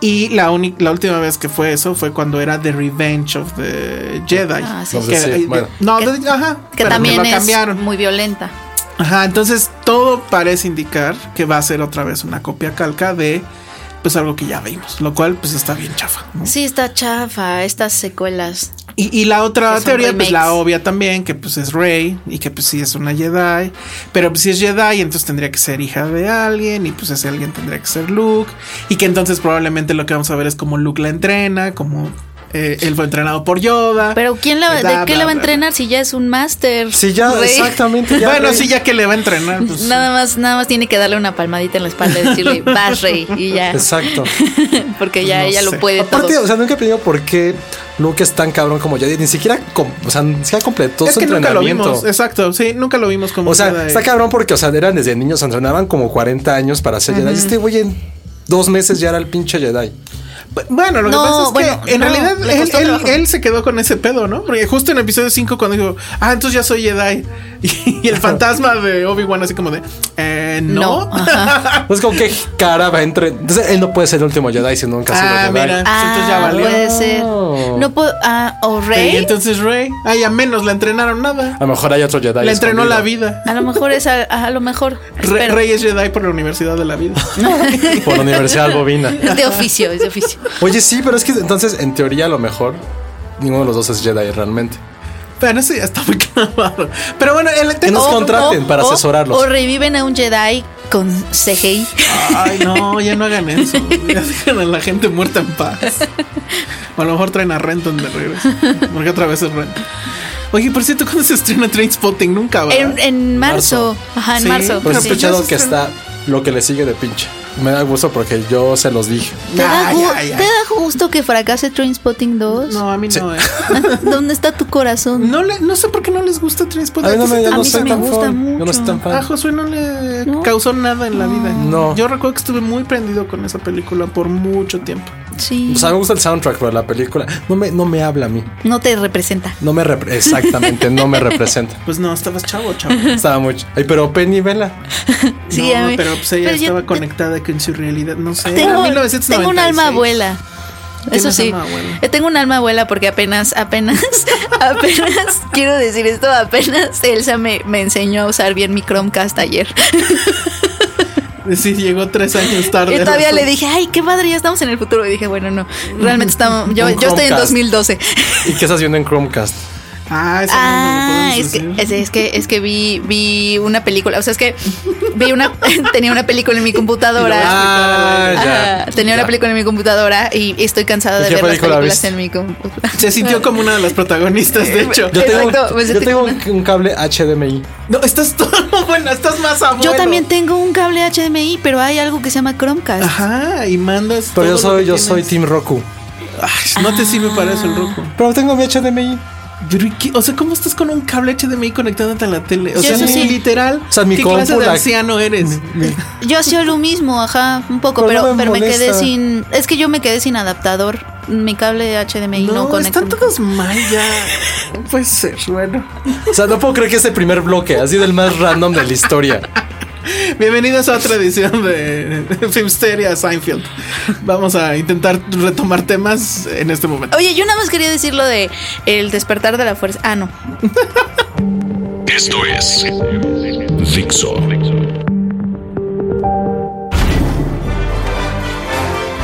[SPEAKER 5] Y la, uni- la última vez que fue eso fue cuando era The Revenge of the Jedi.
[SPEAKER 6] Ah, sí.
[SPEAKER 7] Of the
[SPEAKER 5] Que- eh,
[SPEAKER 7] Sith, bueno.
[SPEAKER 5] No,
[SPEAKER 6] Que-
[SPEAKER 5] de- ajá.
[SPEAKER 6] Que
[SPEAKER 5] pero
[SPEAKER 6] también
[SPEAKER 5] lo
[SPEAKER 6] es
[SPEAKER 5] cambiaron.
[SPEAKER 6] muy violenta.
[SPEAKER 5] Ajá, entonces todo parece indicar que va a ser otra vez una copia calca de pues algo que ya vimos, lo cual pues está bien chafa. ¿no?
[SPEAKER 6] Sí, está chafa, estas secuelas.
[SPEAKER 5] Y, y la otra
[SPEAKER 6] Que son
[SPEAKER 5] teoría, pues la
[SPEAKER 6] remakes.
[SPEAKER 5] obvia también, que pues es Rey y que pues sí es una Jedi, pero pues si es Jedi, entonces tendría que ser hija de alguien y pues ese alguien tendría que ser Luke y que entonces probablemente lo que vamos a ver es como Luke la entrena, como eh, él fue entrenado por Yoda.
[SPEAKER 6] Pero ¿quién la,
[SPEAKER 5] Bla,
[SPEAKER 6] ¿de qué le
[SPEAKER 5] bla,
[SPEAKER 6] va a
[SPEAKER 5] bla,
[SPEAKER 6] entrenar si ya es un máster?
[SPEAKER 7] Sí, ya,
[SPEAKER 6] Rey. <laughs>
[SPEAKER 7] exactamente.
[SPEAKER 5] bla.
[SPEAKER 7] ya,
[SPEAKER 5] bueno,
[SPEAKER 7] güey.
[SPEAKER 5] sí, ya que le va a entrenar, pues
[SPEAKER 6] Nada más, nada más tiene que darle una palmadita en la espalda y decirle,
[SPEAKER 5] <laughs>
[SPEAKER 6] vas rey, y ya.
[SPEAKER 7] Exacto.
[SPEAKER 6] <laughs> Porque ya
[SPEAKER 5] No
[SPEAKER 6] ella
[SPEAKER 5] sé.
[SPEAKER 6] lo puede
[SPEAKER 7] Aparte,
[SPEAKER 6] todo.
[SPEAKER 7] o sea, nunca he pedido por qué Luke es tan cabrón como Jedi. Ni siquiera, com- o sea, ni siquiera completó
[SPEAKER 5] es
[SPEAKER 7] su
[SPEAKER 5] que nunca lo
[SPEAKER 7] entrenamiento.
[SPEAKER 5] vimos, exacto, sí, nunca lo vimos como
[SPEAKER 7] o sea,
[SPEAKER 5] Jedi.
[SPEAKER 7] está cabrón porque, o sea, eran desde niños, se entrenaban como 40 años para ser Jedi. Y este güey en dos meses ya era el pinche Jedi.
[SPEAKER 5] Bueno, lo
[SPEAKER 6] No,
[SPEAKER 5] que pasa es
[SPEAKER 6] bueno,
[SPEAKER 5] que en
[SPEAKER 6] no,
[SPEAKER 5] realidad
[SPEAKER 6] le
[SPEAKER 5] él,
[SPEAKER 6] costó
[SPEAKER 5] él-
[SPEAKER 6] trabajo.
[SPEAKER 5] él se quedó con ese pedo, ¿no? Porque justo en el episodio 5 cuando dijo, ah, entonces ya soy Jedi. <laughs> Y, el fantasma de Obi-Wan así como de, eh, no. <laughs>
[SPEAKER 6] No, ajá.
[SPEAKER 7] Entonces, con qué cara va a entre. Entonces, él no puede ser el último Jedi si nunca ha sido
[SPEAKER 5] Ah,
[SPEAKER 7] Jedi.
[SPEAKER 5] mira, pues entonces ya
[SPEAKER 6] Ah,
[SPEAKER 5] valió.
[SPEAKER 6] puede ser. No puedo. Ah, o
[SPEAKER 5] Y
[SPEAKER 6] Rey.
[SPEAKER 5] entonces Rey, ay, a menos la entrenaron nada.
[SPEAKER 7] A lo mejor hay otro Jedi.
[SPEAKER 5] Le entrenó
[SPEAKER 7] escondido.
[SPEAKER 5] la vida.
[SPEAKER 6] A lo mejor es a, a lo mejor.
[SPEAKER 5] Re-
[SPEAKER 6] Espero.
[SPEAKER 5] Rey es Jedi por la Universidad de
[SPEAKER 6] <laughs>
[SPEAKER 5] la Vida.
[SPEAKER 7] Por la Universidad
[SPEAKER 5] <laughs>
[SPEAKER 7] Bovina.
[SPEAKER 6] De oficio, es de oficio.
[SPEAKER 7] Oye, sí, pero es que entonces, en teoría, a lo mejor ninguno de los dos es Jedi realmente.
[SPEAKER 5] Pero eso ya está muy clavado. Pero bueno, el tema-
[SPEAKER 7] Nos contraten para asesorarlos.
[SPEAKER 6] O reviven a un Jedi con CGI.
[SPEAKER 5] Ay, no, ya no hagan eso. Ya dejan a la gente muerta en paz. O a lo mejor traen a Renton de regreso. Porque otra vez es Renton. Oye, por cierto, ¿cuándo se estrena Trainspotting? Nunca va.
[SPEAKER 6] En, en marzo. Ajá, en
[SPEAKER 5] Sí,
[SPEAKER 6] marzo.
[SPEAKER 7] Pero he
[SPEAKER 5] Pero pues ya
[SPEAKER 7] escuchado
[SPEAKER 5] se
[SPEAKER 7] que
[SPEAKER 5] estrenó.
[SPEAKER 7] está lo que le sigue de pinche. Me da gusto porque yo se los dije.
[SPEAKER 6] ¿Te, da
[SPEAKER 5] Ya,
[SPEAKER 6] gu-
[SPEAKER 5] ya, ya.
[SPEAKER 6] te da gusto que fracase Trainspotting 2?
[SPEAKER 5] No, a mí no. eh.
[SPEAKER 6] <laughs> ¿Dónde está tu corazón?
[SPEAKER 5] No, le- no sé por qué no les gusta
[SPEAKER 7] A
[SPEAKER 5] Trainspotting.
[SPEAKER 7] mí no me, yo
[SPEAKER 6] A
[SPEAKER 7] no
[SPEAKER 6] mí
[SPEAKER 7] soy
[SPEAKER 6] sí me
[SPEAKER 7] tan
[SPEAKER 6] gusta
[SPEAKER 7] fan. Yo no
[SPEAKER 6] mucho.
[SPEAKER 7] soy tan fan.
[SPEAKER 5] A Josué no le
[SPEAKER 6] No. Ah.
[SPEAKER 5] causó nada en la vida.
[SPEAKER 7] No.
[SPEAKER 5] Yo recuerdo que estuve muy prendido con esa película por mucho tiempo.
[SPEAKER 6] Sí.
[SPEAKER 7] O sea, me gusta el soundtrack, pero la película no me, no me habla a mí.
[SPEAKER 6] no te representa.
[SPEAKER 7] No me repre- exactamente, no me representa.
[SPEAKER 5] Pues no, estabas chavo, chavo.
[SPEAKER 7] Estaba mucho. Ay, pero Penny Vela.
[SPEAKER 6] Sí,
[SPEAKER 5] No,
[SPEAKER 6] a mí-
[SPEAKER 5] pero pues ella
[SPEAKER 6] pero yo-
[SPEAKER 5] estaba conectada con su realidad. No sé. era
[SPEAKER 6] Tengo, tengo un
[SPEAKER 5] 1996.
[SPEAKER 6] alma abuela. Eso
[SPEAKER 5] Tienes
[SPEAKER 6] sí,
[SPEAKER 5] alma abuela.
[SPEAKER 6] Eh, tengo un alma abuela porque apenas, apenas, <laughs> apenas, <laughs> quiero decir esto, apenas Elsa me, me enseñó a usar bien mi Chromecast ayer.
[SPEAKER 5] Eh, Sí, llegó tres años tarde.
[SPEAKER 6] Y todavía
[SPEAKER 5] Josué.
[SPEAKER 6] le dije, ay, qué padre, ya estamos en el futuro. Y dije, bueno, no, realmente estamos, yo,
[SPEAKER 7] Un
[SPEAKER 6] yo estoy en
[SPEAKER 7] Chromecast.
[SPEAKER 6] 2012.
[SPEAKER 7] ¿Y qué estás viendo en Chromecast?
[SPEAKER 5] Ah,
[SPEAKER 6] <laughs>
[SPEAKER 5] esa no, no lo
[SPEAKER 6] Ah,
[SPEAKER 5] podemos
[SPEAKER 6] es que,
[SPEAKER 5] hacer.
[SPEAKER 6] es, es que es que vi vi una película, o sea, es que vi una <laughs> tenía una película en mi computadora.
[SPEAKER 7] Ah, ya.
[SPEAKER 6] Ajá, tenía una película en mi computadora y estoy cansada
[SPEAKER 7] ¿Y
[SPEAKER 6] de
[SPEAKER 7] qué
[SPEAKER 6] ver las
[SPEAKER 7] película
[SPEAKER 6] películas
[SPEAKER 7] viste?
[SPEAKER 6] en mi computadora.
[SPEAKER 5] Se sintió como una de las protagonistas, de hecho.
[SPEAKER 7] Yo tengo,
[SPEAKER 6] Exacto, me
[SPEAKER 7] yo
[SPEAKER 6] sentí
[SPEAKER 7] tengo
[SPEAKER 6] como
[SPEAKER 7] un, un cable HDMI.
[SPEAKER 5] No, estás todo bueno, estás más abuelo.
[SPEAKER 6] <laughs> Yo también tengo un cable HDMI, pero hay algo que se llama Chromecast.
[SPEAKER 5] Ajá, y mandas.
[SPEAKER 7] Pero yo
[SPEAKER 5] todo lo
[SPEAKER 7] soy,
[SPEAKER 5] que
[SPEAKER 7] yo
[SPEAKER 5] tienes.
[SPEAKER 7] soy Team Roku.
[SPEAKER 5] Ay, no te sirve para
[SPEAKER 6] Ah.
[SPEAKER 5] eso el roco.
[SPEAKER 7] Pero tengo mi HDMI.
[SPEAKER 5] Pero, ¿y qué? O sea, ¿cómo estás con un cable HDMI conectándote a la tele? O
[SPEAKER 6] Sí,
[SPEAKER 5] sea,
[SPEAKER 6] eso sí.
[SPEAKER 5] literal.
[SPEAKER 7] O sea, mi
[SPEAKER 5] ¿Qué clase
[SPEAKER 7] compu,
[SPEAKER 5] de
[SPEAKER 7] la-
[SPEAKER 5] anciano eres?
[SPEAKER 6] Yo hacía lo mismo, ajá, un poco,
[SPEAKER 7] Pero
[SPEAKER 6] pero,
[SPEAKER 7] no
[SPEAKER 6] pero,
[SPEAKER 7] me
[SPEAKER 6] me, quedé
[SPEAKER 7] molesta.
[SPEAKER 6] sin. Es que yo me quedé sin adaptador. Mi cable HDMI no,
[SPEAKER 5] no,
[SPEAKER 6] conecta.
[SPEAKER 5] están todos mal ya. Pues, No puede ser, bueno.
[SPEAKER 7] O sea, no puedo creer que ese primer bloque ha sido el más random de la historia.
[SPEAKER 5] Bienvenidos a otra edición de Filmsteria Seinfeld. Vamos a intentar retomar temas en este momento.
[SPEAKER 6] Oye, yo nada más quería decir lo de el despertar de la fuerza. Ah, no.
[SPEAKER 3] Esto es Dixo.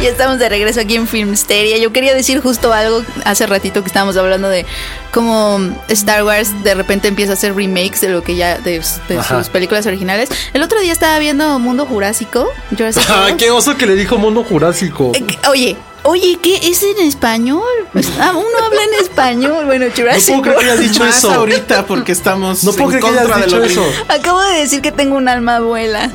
[SPEAKER 6] Y estamos de regreso aquí en Filmsteria. Yo quería decir justo algo hace ratito que estábamos hablando de cómo Star Wars de repente empieza a hacer remakes de lo que ya de, de
[SPEAKER 7] Ajá.
[SPEAKER 6] sus películas originales. El otro día estaba viendo Mundo Jurásico. Jurassic
[SPEAKER 7] <laughs> Ah,
[SPEAKER 6] World.
[SPEAKER 7] qué oso que le dijo mono jurásico.
[SPEAKER 6] Eh, que- Oye, oye, ¿qué es en español? Pues, ah, uno habla en español. Bueno,
[SPEAKER 7] No
[SPEAKER 6] Jurassic
[SPEAKER 7] puedo creer que hayas
[SPEAKER 6] World.
[SPEAKER 7] dicho
[SPEAKER 5] Más
[SPEAKER 7] eso.
[SPEAKER 5] ahorita porque estamos
[SPEAKER 7] No puedo
[SPEAKER 5] en
[SPEAKER 7] creer que
[SPEAKER 5] contra
[SPEAKER 7] hayas
[SPEAKER 5] de
[SPEAKER 7] dicho
[SPEAKER 5] lo
[SPEAKER 7] eso.
[SPEAKER 5] gringo.
[SPEAKER 6] Acabo de decir que tengo un alma <laughs> abuela.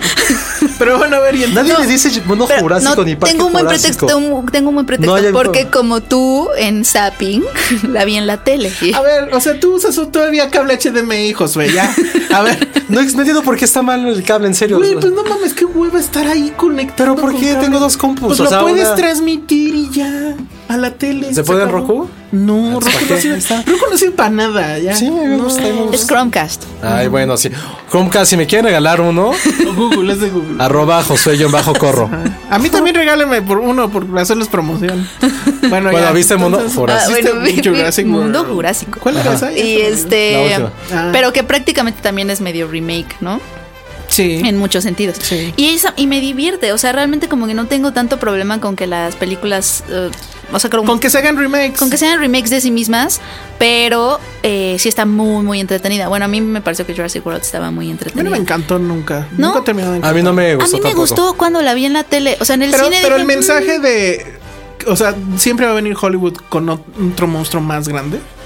[SPEAKER 5] Pero bueno, a ver, y entonces
[SPEAKER 7] Nadie le dice mono
[SPEAKER 6] Pero
[SPEAKER 7] jurásico
[SPEAKER 6] no,
[SPEAKER 7] ni parque
[SPEAKER 6] tengo un buen
[SPEAKER 7] jurásico.
[SPEAKER 6] pretexto, un- tengo un buen pretexto
[SPEAKER 7] haya visto.
[SPEAKER 6] porque como tú en Zapping <laughs> la vi en la tele.
[SPEAKER 5] A ver, o sea, tú usas todavía cable HDMI, Josué, ya. A ver.
[SPEAKER 7] <laughs> No, ex- no entiendo por qué está mal el cable, en serio.
[SPEAKER 5] Güey, pues no mames, qué hueva estar ahí conectado.
[SPEAKER 7] Pero ¿por qué tengo dos compus?
[SPEAKER 5] Pues
[SPEAKER 7] O
[SPEAKER 5] lo
[SPEAKER 7] sea,
[SPEAKER 5] puedes
[SPEAKER 7] una-
[SPEAKER 5] transmitir y ya a la tele.
[SPEAKER 7] ¿Se puede en
[SPEAKER 5] acabó.
[SPEAKER 7] Roku? Ah,
[SPEAKER 5] No,
[SPEAKER 7] Entonces,
[SPEAKER 5] Roku
[SPEAKER 7] ¿para
[SPEAKER 5] no
[SPEAKER 7] qué? Ahí
[SPEAKER 5] sirve.
[SPEAKER 7] está.
[SPEAKER 5] Roku no sirve para nada, ya.
[SPEAKER 7] Sí, me gusta, me gusta.
[SPEAKER 6] <laughs> Es Chromecast.
[SPEAKER 7] Ay, bueno, sí. Chromecast, si me quieren regalar uno, <laughs>
[SPEAKER 5] O Google, es de Google.
[SPEAKER 7] arroba Josué-corro.
[SPEAKER 5] A mí también regálenme por uno por hacerles
[SPEAKER 7] <laughs>
[SPEAKER 5] promoción. Bueno,
[SPEAKER 7] Bueno, ¿viste Mundo Jurásico?
[SPEAKER 5] ¿viste
[SPEAKER 6] Ah, bueno, vi-
[SPEAKER 5] Jurassic <laughs>
[SPEAKER 6] vi Mundo
[SPEAKER 5] World?
[SPEAKER 6] Jurásico.
[SPEAKER 5] ¿Cuál era esa?
[SPEAKER 6] Y este,
[SPEAKER 7] La
[SPEAKER 5] última.
[SPEAKER 6] pero que prácticamente también es medio remake, ¿no?
[SPEAKER 5] Sí.
[SPEAKER 6] En muchos sentidos.
[SPEAKER 5] Sí.
[SPEAKER 6] Y, esa- y me divierte, o sea, realmente como que no tengo tanto problema con que las películas, eh, o sea, como-
[SPEAKER 5] Con que se hagan remakes.
[SPEAKER 6] con que sean remakes de sí mismas, pero eh, sí está muy, muy entretenida. Bueno, a mí me pareció que Jurassic World estaba muy
[SPEAKER 5] A mí
[SPEAKER 6] entretenida.
[SPEAKER 5] no me encantó nunca.
[SPEAKER 6] ¿No?
[SPEAKER 5] Nunca terminó de
[SPEAKER 7] A mí no me
[SPEAKER 6] A
[SPEAKER 7] gustó
[SPEAKER 6] mí me
[SPEAKER 7] tampoco.
[SPEAKER 6] gustó cuando la vi en la tele, o sea, en el
[SPEAKER 5] pero,
[SPEAKER 6] cine. "Mm".
[SPEAKER 5] pero el
[SPEAKER 6] dije,
[SPEAKER 5] mensaje de. O sea, siempre va a venir Hollywood con ot- otro monstruo más grande.
[SPEAKER 6] "Mm".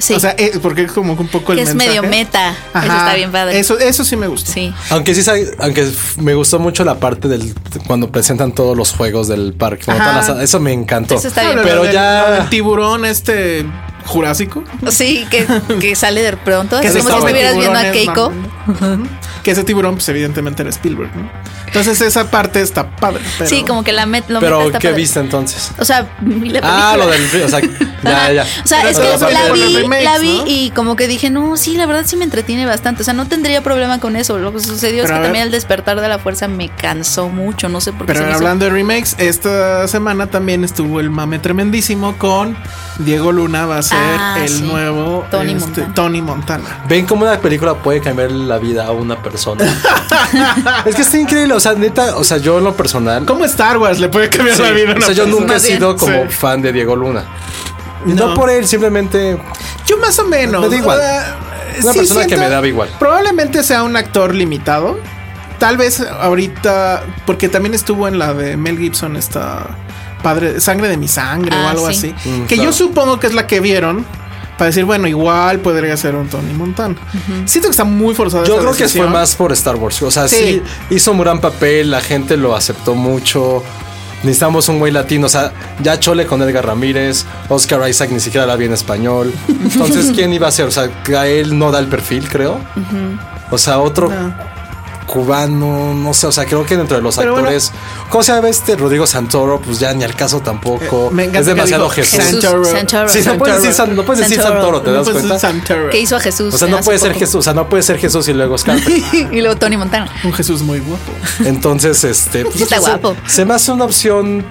[SPEAKER 6] Sí,
[SPEAKER 5] O sea, eh, porque es como que un poco el
[SPEAKER 6] que es
[SPEAKER 5] mensaje.
[SPEAKER 6] medio meta.
[SPEAKER 5] Ajá.
[SPEAKER 6] Eso está bien padre.
[SPEAKER 5] Eso, eso sí me gusta.
[SPEAKER 6] "Mm, Sí.
[SPEAKER 7] Aunque sí, sabe- aunque f- me gustó mucho la parte del cuando presentan todos los juegos del parque. como
[SPEAKER 5] Ajá.
[SPEAKER 7] todas las- eso me encantó.
[SPEAKER 6] Eso está bien.
[SPEAKER 5] Ah, lo
[SPEAKER 7] Pero
[SPEAKER 5] del-
[SPEAKER 7] ya-
[SPEAKER 5] lo del tiburón este jurásico.
[SPEAKER 6] Sí, que, <laughs> que sale de pronto.
[SPEAKER 5] Que
[SPEAKER 6] Es
[SPEAKER 5] se
[SPEAKER 6] como si
[SPEAKER 5] come
[SPEAKER 6] estuvieras viendo a
[SPEAKER 5] tiburones,
[SPEAKER 6] Keiko.
[SPEAKER 5] mamá. que ese tiburón, pues evidentemente era Spielberg. ¿no? Entonces esa parte está padre. pero-
[SPEAKER 6] Sí, como que la met, lo meta
[SPEAKER 7] Pero,
[SPEAKER 6] está
[SPEAKER 7] ¿qué
[SPEAKER 6] padre.
[SPEAKER 7] viste entonces?
[SPEAKER 6] O sea, <laughs> vi la
[SPEAKER 7] Ah, lo del.
[SPEAKER 6] película.
[SPEAKER 7] O sea, ya, ya.
[SPEAKER 6] O sea,
[SPEAKER 5] Pero
[SPEAKER 6] es
[SPEAKER 5] eso
[SPEAKER 6] que
[SPEAKER 5] lo sacan
[SPEAKER 6] la
[SPEAKER 5] con
[SPEAKER 6] vi,
[SPEAKER 5] los remakes,
[SPEAKER 6] la vi
[SPEAKER 5] ¿no?
[SPEAKER 6] y como que dije, no, sí, la verdad sí me entretiene bastante. O sea, no tendría problema con eso. Lo que sucedió
[SPEAKER 5] Pero a
[SPEAKER 6] es que
[SPEAKER 5] ver.
[SPEAKER 6] también el despertar de la fuerza me cansó mucho. No sé por qué.
[SPEAKER 5] Pero
[SPEAKER 6] se me hizo-
[SPEAKER 5] hablando de remakes, esta semana también estuvo el mame tremendísimo con Diego Luna va a ser
[SPEAKER 6] Ah,
[SPEAKER 5] el
[SPEAKER 6] sí.
[SPEAKER 5] nuevo este,
[SPEAKER 6] Tony Montana.
[SPEAKER 5] Tony Montana.
[SPEAKER 7] Ven cómo una película puede cambiar la vida a una
[SPEAKER 5] <laughs>
[SPEAKER 7] persona. es que está increíble. O sea, neta, o sea, yo en lo personal.
[SPEAKER 5] ¿Cómo Star Wars le puede cambiar
[SPEAKER 7] Sí,
[SPEAKER 5] la vida? a
[SPEAKER 7] o
[SPEAKER 5] una
[SPEAKER 7] sea, yo
[SPEAKER 5] persona?
[SPEAKER 7] nunca he
[SPEAKER 6] Más bien.
[SPEAKER 7] sido como
[SPEAKER 5] Sí.
[SPEAKER 7] fan de Diego Luna. No,
[SPEAKER 5] No.
[SPEAKER 7] por él, simplemente.
[SPEAKER 5] Yo más o menos.
[SPEAKER 7] Me da igual.
[SPEAKER 5] Eh,
[SPEAKER 7] Una persona que me daba igual.
[SPEAKER 5] Probablemente sea un actor limitado. Tal vez ahorita, porque también estuvo en la de Mel Gibson esta padre sangre de mi sangre o
[SPEAKER 6] Ah,
[SPEAKER 5] algo
[SPEAKER 6] sí.
[SPEAKER 5] así,
[SPEAKER 7] Mm,
[SPEAKER 5] que
[SPEAKER 7] claro.
[SPEAKER 5] yo supongo que es la que vieron para decir bueno igual podría ser un Tony Montana. Siento que está muy forzado.
[SPEAKER 7] Yo creo que fue más por Star Wars. O sea, sí.
[SPEAKER 5] Sí.
[SPEAKER 7] hizo un gran papel, la gente lo aceptó mucho. Necesitamos un güey latino. O sea, ya Chole con Edgar Ramírez, Oscar Isaac ni siquiera habla bien español. Entonces,
[SPEAKER 5] <laughs>
[SPEAKER 7] ¿quién iba a ser? O sea, a él no da el perfil, creo. O sea, otro cubano, no sé. O sea, creo que dentro de los
[SPEAKER 5] Pero bueno.
[SPEAKER 7] actores. ¿Cómo se llama este Rodrigo Santoro? Pues ya ni al caso tampoco.
[SPEAKER 5] Eh, me encanta
[SPEAKER 7] es
[SPEAKER 5] que
[SPEAKER 7] demasiado
[SPEAKER 5] dijo
[SPEAKER 7] Jesús.
[SPEAKER 5] Jesús. Santoro.
[SPEAKER 6] Santoro.
[SPEAKER 7] Sí, no puedes decir, San- no puedes decir Santoro, ¿te das
[SPEAKER 5] Pues,
[SPEAKER 7] cuenta?
[SPEAKER 5] Sam Terrell.
[SPEAKER 6] Que hizo a Jesús.
[SPEAKER 7] O sea, no
[SPEAKER 6] hace
[SPEAKER 7] puede ser
[SPEAKER 6] poco.
[SPEAKER 7] Jesús, o sea, no puede ser Jesús y luego
[SPEAKER 5] <laughs>
[SPEAKER 7] Scarface.
[SPEAKER 6] <laughs> y luego Tony Montana.
[SPEAKER 5] un Jesús muy guapo.
[SPEAKER 7] Entonces, este.
[SPEAKER 6] está
[SPEAKER 7] se-
[SPEAKER 6] guapo.
[SPEAKER 7] Se me hace una opción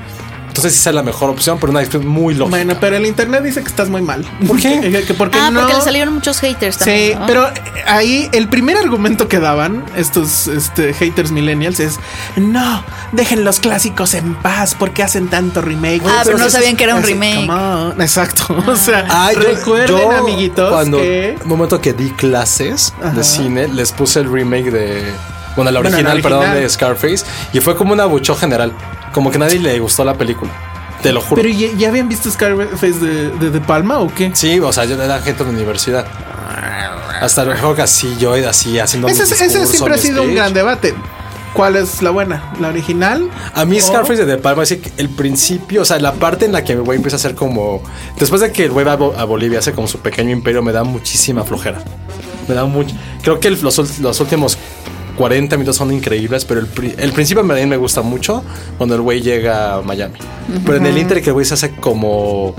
[SPEAKER 7] Entonces esa es la mejor opción, pero una actitud muy lógica.
[SPEAKER 5] Bueno, pero el internet dice que estás muy mal.
[SPEAKER 7] ¿Por qué?
[SPEAKER 5] <laughs> Que- que porque
[SPEAKER 6] Ah,
[SPEAKER 5] no-
[SPEAKER 6] porque le salieron muchos haters también.
[SPEAKER 5] Sí,
[SPEAKER 6] ¿no?
[SPEAKER 5] pero eh, ahí el primer argumento que daban estos este, haters millennials es no, dejen los clásicos en paz porque hacen tanto remake.
[SPEAKER 6] Ah, pero no
[SPEAKER 5] Entonces,
[SPEAKER 6] sabían que era un
[SPEAKER 5] así,
[SPEAKER 6] remake.
[SPEAKER 5] come on. Exacto. <laughs> O sea,
[SPEAKER 7] Ah, yo-
[SPEAKER 5] recuerden,
[SPEAKER 7] yo
[SPEAKER 5] amiguitos,
[SPEAKER 7] Cuando,
[SPEAKER 5] que
[SPEAKER 7] un momento que di clases de cine, les puse el remake de. Bueno, la
[SPEAKER 5] Bueno,
[SPEAKER 7] original,
[SPEAKER 5] la
[SPEAKER 7] perdón,
[SPEAKER 5] original.
[SPEAKER 7] de Scarface. Y fue como un abuchó general. Como que nadie le gustó la película. Te lo juro.
[SPEAKER 5] pero ¿ya, ya habían visto Scarface de, de, de Palma o qué?
[SPEAKER 7] sí, o sea, yo era gente de la universidad. Hasta luego así, yo así, haciendo
[SPEAKER 5] Ese,
[SPEAKER 7] mis
[SPEAKER 5] es- ese
[SPEAKER 7] discursos,
[SPEAKER 5] siempre ha
[SPEAKER 7] mi
[SPEAKER 5] sido un
[SPEAKER 7] speech.
[SPEAKER 5] gran debate. ¿Cuál es la buena? ¿La original?
[SPEAKER 7] A mí
[SPEAKER 5] ¿O-
[SPEAKER 7] Scarface de De Palma dice que el principio, o sea, la parte en la que el güey empieza a hacer como... Después de que el güey va a, Bo- a Bolivia, hace como su pequeño imperio, me da muchísima flojera. Me da mucho... Creo que el- los, ul- los últimos 40 minutos son increíbles, pero el, pri- el principio a mí me gusta mucho cuando el güey llega a Miami. Pero en el Inter que el güey se hace como...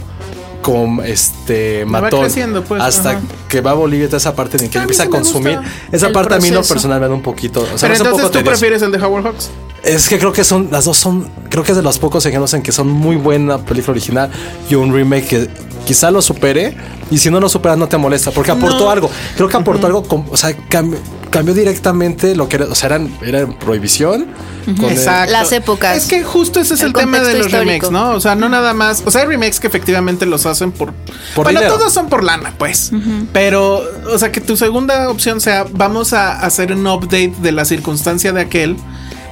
[SPEAKER 7] Como este
[SPEAKER 5] va
[SPEAKER 7] matón.
[SPEAKER 5] creciendo, pues,
[SPEAKER 7] hasta
[SPEAKER 5] ajá.
[SPEAKER 7] que va a Bolivia, toda esa parte en que
[SPEAKER 5] A mí
[SPEAKER 7] empieza a
[SPEAKER 5] sí me gusta
[SPEAKER 7] consumir. Esa
[SPEAKER 5] el
[SPEAKER 7] parte a mí en lo
[SPEAKER 5] proceso.
[SPEAKER 7] personal me da un poquito. O sea,
[SPEAKER 5] Pero
[SPEAKER 7] me hace un
[SPEAKER 5] entonces
[SPEAKER 7] poco
[SPEAKER 5] tú
[SPEAKER 7] tedioso.
[SPEAKER 5] prefieres el de Howard Hawks.
[SPEAKER 7] Es que creo que son las dos son creo que es de los pocos ejemplos en que son muy buena película original y un remake que quizá lo supere y si no lo supera no te molesta porque aportó algo. Creo que aportó algo, com- o sea, cam- cambió directamente lo que era, o sea, eran era prohibición con el-
[SPEAKER 5] Exacto.
[SPEAKER 6] Las épocas.
[SPEAKER 5] Es que justo ese es el,
[SPEAKER 6] El
[SPEAKER 5] tema de
[SPEAKER 6] contexto
[SPEAKER 5] los
[SPEAKER 6] histórico.
[SPEAKER 5] remakes, ¿no? O sea, no nada más. O sea, hay remakes que efectivamente los hacen por.
[SPEAKER 7] Por
[SPEAKER 5] bueno,
[SPEAKER 7] dinero.
[SPEAKER 5] todos son por lana, pues. Pero, o sea, que tu segunda opción sea: vamos a hacer un update de la circunstancia de aquel.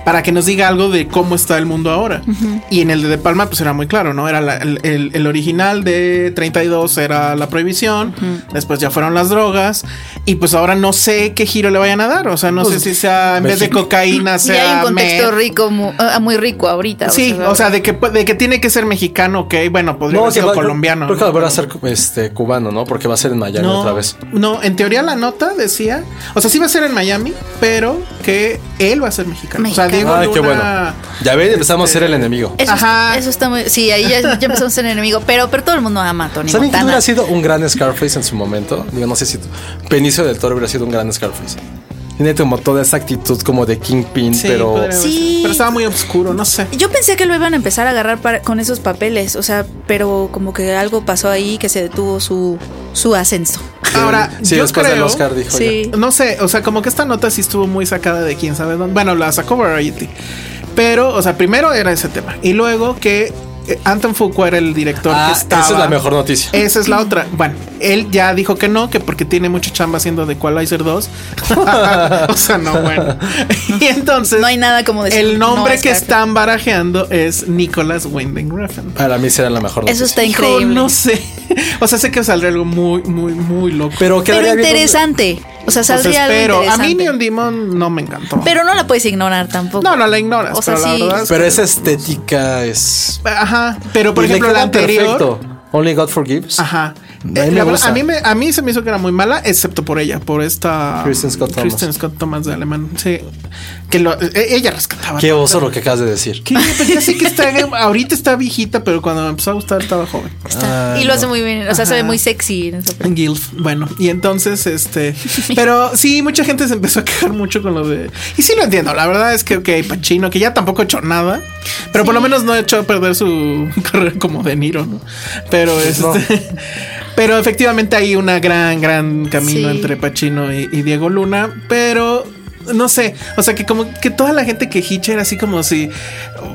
[SPEAKER 5] Para que nos diga algo de cómo está el mundo ahora. Y en el de De Palma, pues era muy claro, ¿no? Era la- el, el- el original de 32 era la prohibición, después ya fueron las drogas, y pues ahora no sé qué giro le vayan a dar. O sea, no
[SPEAKER 7] Pues,
[SPEAKER 5] sé si sea en vez de
[SPEAKER 7] México.
[SPEAKER 5] cocaína,
[SPEAKER 6] Y hay
[SPEAKER 5] sea
[SPEAKER 6] un contexto
[SPEAKER 5] meth.
[SPEAKER 6] rico, mu- ah, muy rico ahorita.
[SPEAKER 5] Sí, o sea, de que, de que tiene que ser mexicano, ok, bueno, podría
[SPEAKER 7] No,
[SPEAKER 5] haber
[SPEAKER 7] que
[SPEAKER 5] sido
[SPEAKER 7] va-
[SPEAKER 5] colombiano.
[SPEAKER 7] Creo que
[SPEAKER 5] ¿no?
[SPEAKER 7] lo van a hacer este cubano, ¿no? Porque va a ser en Miami
[SPEAKER 5] No,
[SPEAKER 7] otra vez.
[SPEAKER 5] no, en teoría la nota decía, o sea, sí va a ser en Miami, pero que él va a ser mexicano. O sea, Diego
[SPEAKER 6] Mexicano.
[SPEAKER 7] Ay, qué bueno.
[SPEAKER 5] Luna-
[SPEAKER 7] Ya ven, empezamos a ser
[SPEAKER 5] este,
[SPEAKER 7] el enemigo.
[SPEAKER 6] Eso, es-
[SPEAKER 5] Ajá.
[SPEAKER 6] eso está muy. Sí, ahí ya, ya empezamos en enemigo. Pero, pero todo el mundo ama a Tony
[SPEAKER 7] ¿Saben quién
[SPEAKER 6] Montana.
[SPEAKER 7] hubiera sido un gran Scarface en su momento? Digo, no sé si tú- Benicio del Toro hubiera sido un gran Scarface. Tiene como toda esa actitud como de Kingpin,
[SPEAKER 5] Sí,
[SPEAKER 7] pero...
[SPEAKER 5] podría haber
[SPEAKER 6] Sí.
[SPEAKER 5] sido, pero estaba muy oscuro, no sé.
[SPEAKER 6] Yo pensé que lo iban a empezar a agarrar para- con esos papeles, o sea, pero como que algo pasó ahí que se detuvo su, su ascenso.
[SPEAKER 5] Ahora,
[SPEAKER 7] Sí,
[SPEAKER 5] yo
[SPEAKER 7] después
[SPEAKER 5] creo,
[SPEAKER 7] del Oscar dijo.
[SPEAKER 6] Sí.
[SPEAKER 7] ya.
[SPEAKER 5] No sé, o sea, como que esta nota sí estuvo muy sacada de quién sabe dónde. Bueno, la sacó Variety. Pero, o sea, primero era ese tema. Y luego que eh, Anton Fuqua era el director
[SPEAKER 7] Ah,
[SPEAKER 5] que estaba.
[SPEAKER 7] esa es la mejor noticia.
[SPEAKER 5] Esa es la otra. Bueno, él ya dijo que no, que porque tiene mucha chamba haciendo de Qualizer 2. <laughs> o sea,
[SPEAKER 6] <laughs>
[SPEAKER 5] no, bueno. y entonces.
[SPEAKER 6] No hay nada como decir,
[SPEAKER 5] El nombre
[SPEAKER 6] no, es
[SPEAKER 5] que
[SPEAKER 6] Scarface.
[SPEAKER 5] están barajeando es Nicholas Winding Refn.
[SPEAKER 7] Para mí será la mejor
[SPEAKER 6] Eso
[SPEAKER 7] noticia.
[SPEAKER 6] está
[SPEAKER 5] Pues Hijo,
[SPEAKER 6] increíble.
[SPEAKER 5] no sé. <laughs> O sea, sé que saldrá algo muy, muy, muy loco.
[SPEAKER 7] Pero
[SPEAKER 6] pero
[SPEAKER 7] quedaría bien donde-
[SPEAKER 6] interesante. O sea,
[SPEAKER 5] Pues
[SPEAKER 6] saldría
[SPEAKER 5] espero.
[SPEAKER 6] algo
[SPEAKER 5] A mí
[SPEAKER 6] interesante.
[SPEAKER 5] Neon Demon no me encantó.
[SPEAKER 6] Pero no la puedes ignorar tampoco.
[SPEAKER 5] no, no la ignoras.
[SPEAKER 6] O sea,
[SPEAKER 5] pero
[SPEAKER 6] sí.
[SPEAKER 5] la verdad es
[SPEAKER 7] Pero esa estética es...
[SPEAKER 5] que- Ajá. Pero por
[SPEAKER 7] Y le
[SPEAKER 5] ejemplo, la
[SPEAKER 7] queda
[SPEAKER 5] anterior.
[SPEAKER 7] perfecto. Only God Forgives.
[SPEAKER 5] Ajá.
[SPEAKER 7] mí
[SPEAKER 5] Eh,
[SPEAKER 7] me
[SPEAKER 5] la verdad,
[SPEAKER 7] gusta.
[SPEAKER 5] a, mí me- a mí se me hizo que era muy mala, excepto por ella, por esta.
[SPEAKER 7] Kristen Scott Thomas.
[SPEAKER 5] Kristen Scott Thomas de Alemán. Sí. Que lo- eh, ella rescataba.
[SPEAKER 7] Qué
[SPEAKER 5] todo.
[SPEAKER 7] oso lo que acabas de decir.
[SPEAKER 5] ¿Qué? Pues ya sé que está. ahorita está viejita, pero cuando me empezó a gustar estaba joven.
[SPEAKER 6] Está- y lo
[SPEAKER 5] Ah,
[SPEAKER 6] hace muy bien, o sea, se ve muy sexy. en esa parte.
[SPEAKER 5] Guilf. Bueno, y
[SPEAKER 6] <laughs>
[SPEAKER 5] entonces, este. Pero sí, mucha gente se empezó a quejar mucho con lo de. Y sí lo entiendo. La verdad es que, ok, Pachino, que ya tampoco ha hecho nada, pero por lo menos no ha hecho a perder su <laughs> carrera como de Niro, ¿no? Pero este. <laughs>
[SPEAKER 7] No.
[SPEAKER 5] Pero efectivamente hay una gran, gran camino
[SPEAKER 6] Sí.
[SPEAKER 5] entre Pachino y, y Diego Luna, pero. No sé, o sea que como que toda la gente que hicha era así como si,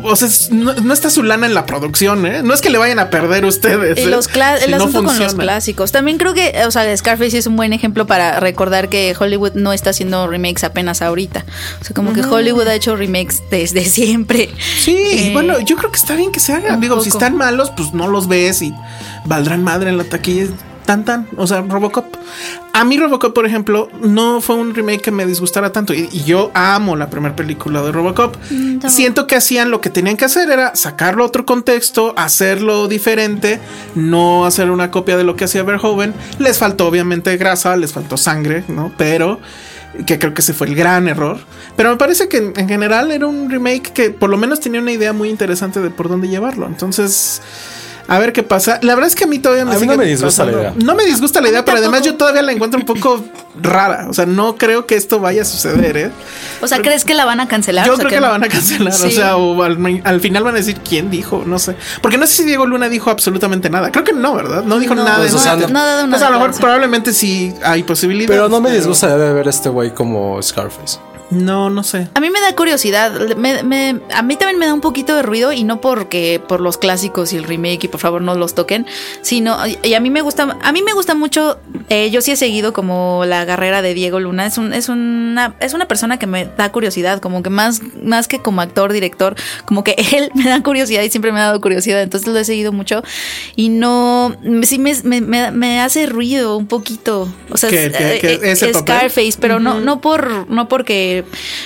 [SPEAKER 5] o sea, es- no, no está su lana en la producción, ¿eh? No es que le vayan a perder ustedes.
[SPEAKER 6] Y
[SPEAKER 5] ¿eh?
[SPEAKER 6] los cla-
[SPEAKER 5] Si
[SPEAKER 6] el
[SPEAKER 5] no
[SPEAKER 6] asunto con los
[SPEAKER 5] funciona.
[SPEAKER 6] clásicos. También creo que, o sea, Scarface es un buen ejemplo para recordar que Hollywood no está haciendo remakes apenas ahorita. O sea, como que Hollywood ha hecho remakes desde <laughs> siempre.
[SPEAKER 5] Sí, y
[SPEAKER 6] Eh,
[SPEAKER 5] bueno, yo creo que está bien que se haga.
[SPEAKER 6] un
[SPEAKER 5] Digo, si
[SPEAKER 6] poco.
[SPEAKER 5] están malos, pues no los ves y valdrán madre en la taquilla. Tan tan, o sea, Robocop. A mí Robocop, por ejemplo, no fue un remake que me disgustara tanto. Y, y yo amo la primera película de Robocop. Siento que hacían lo que tenían que hacer, era sacarlo a otro contexto, hacerlo diferente, no hacer una copia de lo que hacía Verhoeven. Les faltó obviamente grasa, les faltó sangre, ¿no? Pero que creo que ese fue el gran error. Pero me parece que en, en general era un remake que por lo menos tenía una idea muy interesante de por dónde llevarlo. Entonces, A ver qué pasa. La verdad es que a mí todavía me
[SPEAKER 7] A mí no
[SPEAKER 5] sigue
[SPEAKER 7] me disgusta la idea.
[SPEAKER 5] No me disgusta la idea, pero además yo todavía la encuentro un poco rara. O sea, no creo que esto vaya a suceder, ¿eh?
[SPEAKER 6] O sea, ¿crees que la van a cancelar?
[SPEAKER 5] Yo
[SPEAKER 6] O sea,
[SPEAKER 5] creo que la
[SPEAKER 6] no.
[SPEAKER 5] van a cancelar, o
[SPEAKER 6] Sí.
[SPEAKER 5] sea, o al, al final van a decir quién dijo, no sé. Porque no sé si Diego Luna dijo absolutamente nada. Creo que no, ¿verdad? No dijo
[SPEAKER 6] No,
[SPEAKER 5] nada.
[SPEAKER 7] pues,
[SPEAKER 5] en
[SPEAKER 7] o sea,
[SPEAKER 5] Twitter.
[SPEAKER 7] no-
[SPEAKER 6] no ha dado una
[SPEAKER 5] Pues a lo mejor
[SPEAKER 6] declaración.
[SPEAKER 5] probablemente sí hay posibilidad.
[SPEAKER 7] Pero no me disgusta de ver a este güey como Scarface.
[SPEAKER 5] No, no sé.
[SPEAKER 6] A mí me da curiosidad, me- me- a mí también me da un poquito de ruido y no porque por los clásicos y el remake y por favor no los toquen, sino y a mí me gusta, a mí me gusta mucho. eh, yo sí he seguido como la carrera de Diego Luna. Es un, es una, es una persona que me da curiosidad, como que más, más que como actor director, como que <laughs> él me da curiosidad y siempre me ha dado curiosidad. Entonces lo he seguido mucho y no, sí me, me- me- me hace ruido un poquito. O sea,
[SPEAKER 5] ¿Qué- qué- qué-
[SPEAKER 6] eh, eh,
[SPEAKER 5] ese papel?
[SPEAKER 6] Scarface, pero no, no por, no porque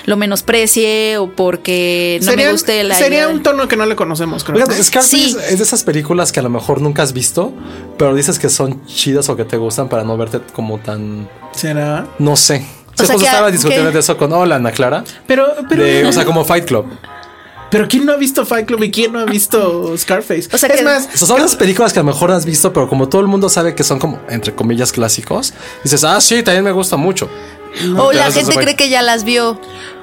[SPEAKER 6] lo menosprecie o porque no me guste la
[SPEAKER 5] sería
[SPEAKER 6] idea de-
[SPEAKER 5] un tono que no le conocemos, creo.
[SPEAKER 7] Fíjate, Scarface
[SPEAKER 6] Sí.
[SPEAKER 7] pues, es de esas películas que a lo mejor nunca has visto, pero dices que son chidas o que te gustan para no verte como tan.
[SPEAKER 5] ¿Será?
[SPEAKER 7] No sé.
[SPEAKER 6] O
[SPEAKER 7] O
[SPEAKER 6] sea, que-
[SPEAKER 7] estaba discutiendo
[SPEAKER 6] que-
[SPEAKER 7] de eso con hola, Ana Clara.
[SPEAKER 5] Pero, pero,
[SPEAKER 7] De- o sea, como Fight Club.
[SPEAKER 5] pero ¿quién no ha visto Fight Club y quién no ha visto Scarface?
[SPEAKER 6] O sea,
[SPEAKER 5] es
[SPEAKER 6] que-
[SPEAKER 5] más,
[SPEAKER 7] O sea, son esas películas que a lo mejor has visto, pero como todo el mundo sabe que son como, entre comillas, clásicos, dices, ah, sí, también me gusta mucho.
[SPEAKER 6] o
[SPEAKER 7] te
[SPEAKER 6] la
[SPEAKER 7] vas a
[SPEAKER 6] gente
[SPEAKER 7] saber.
[SPEAKER 6] cree que ya las vio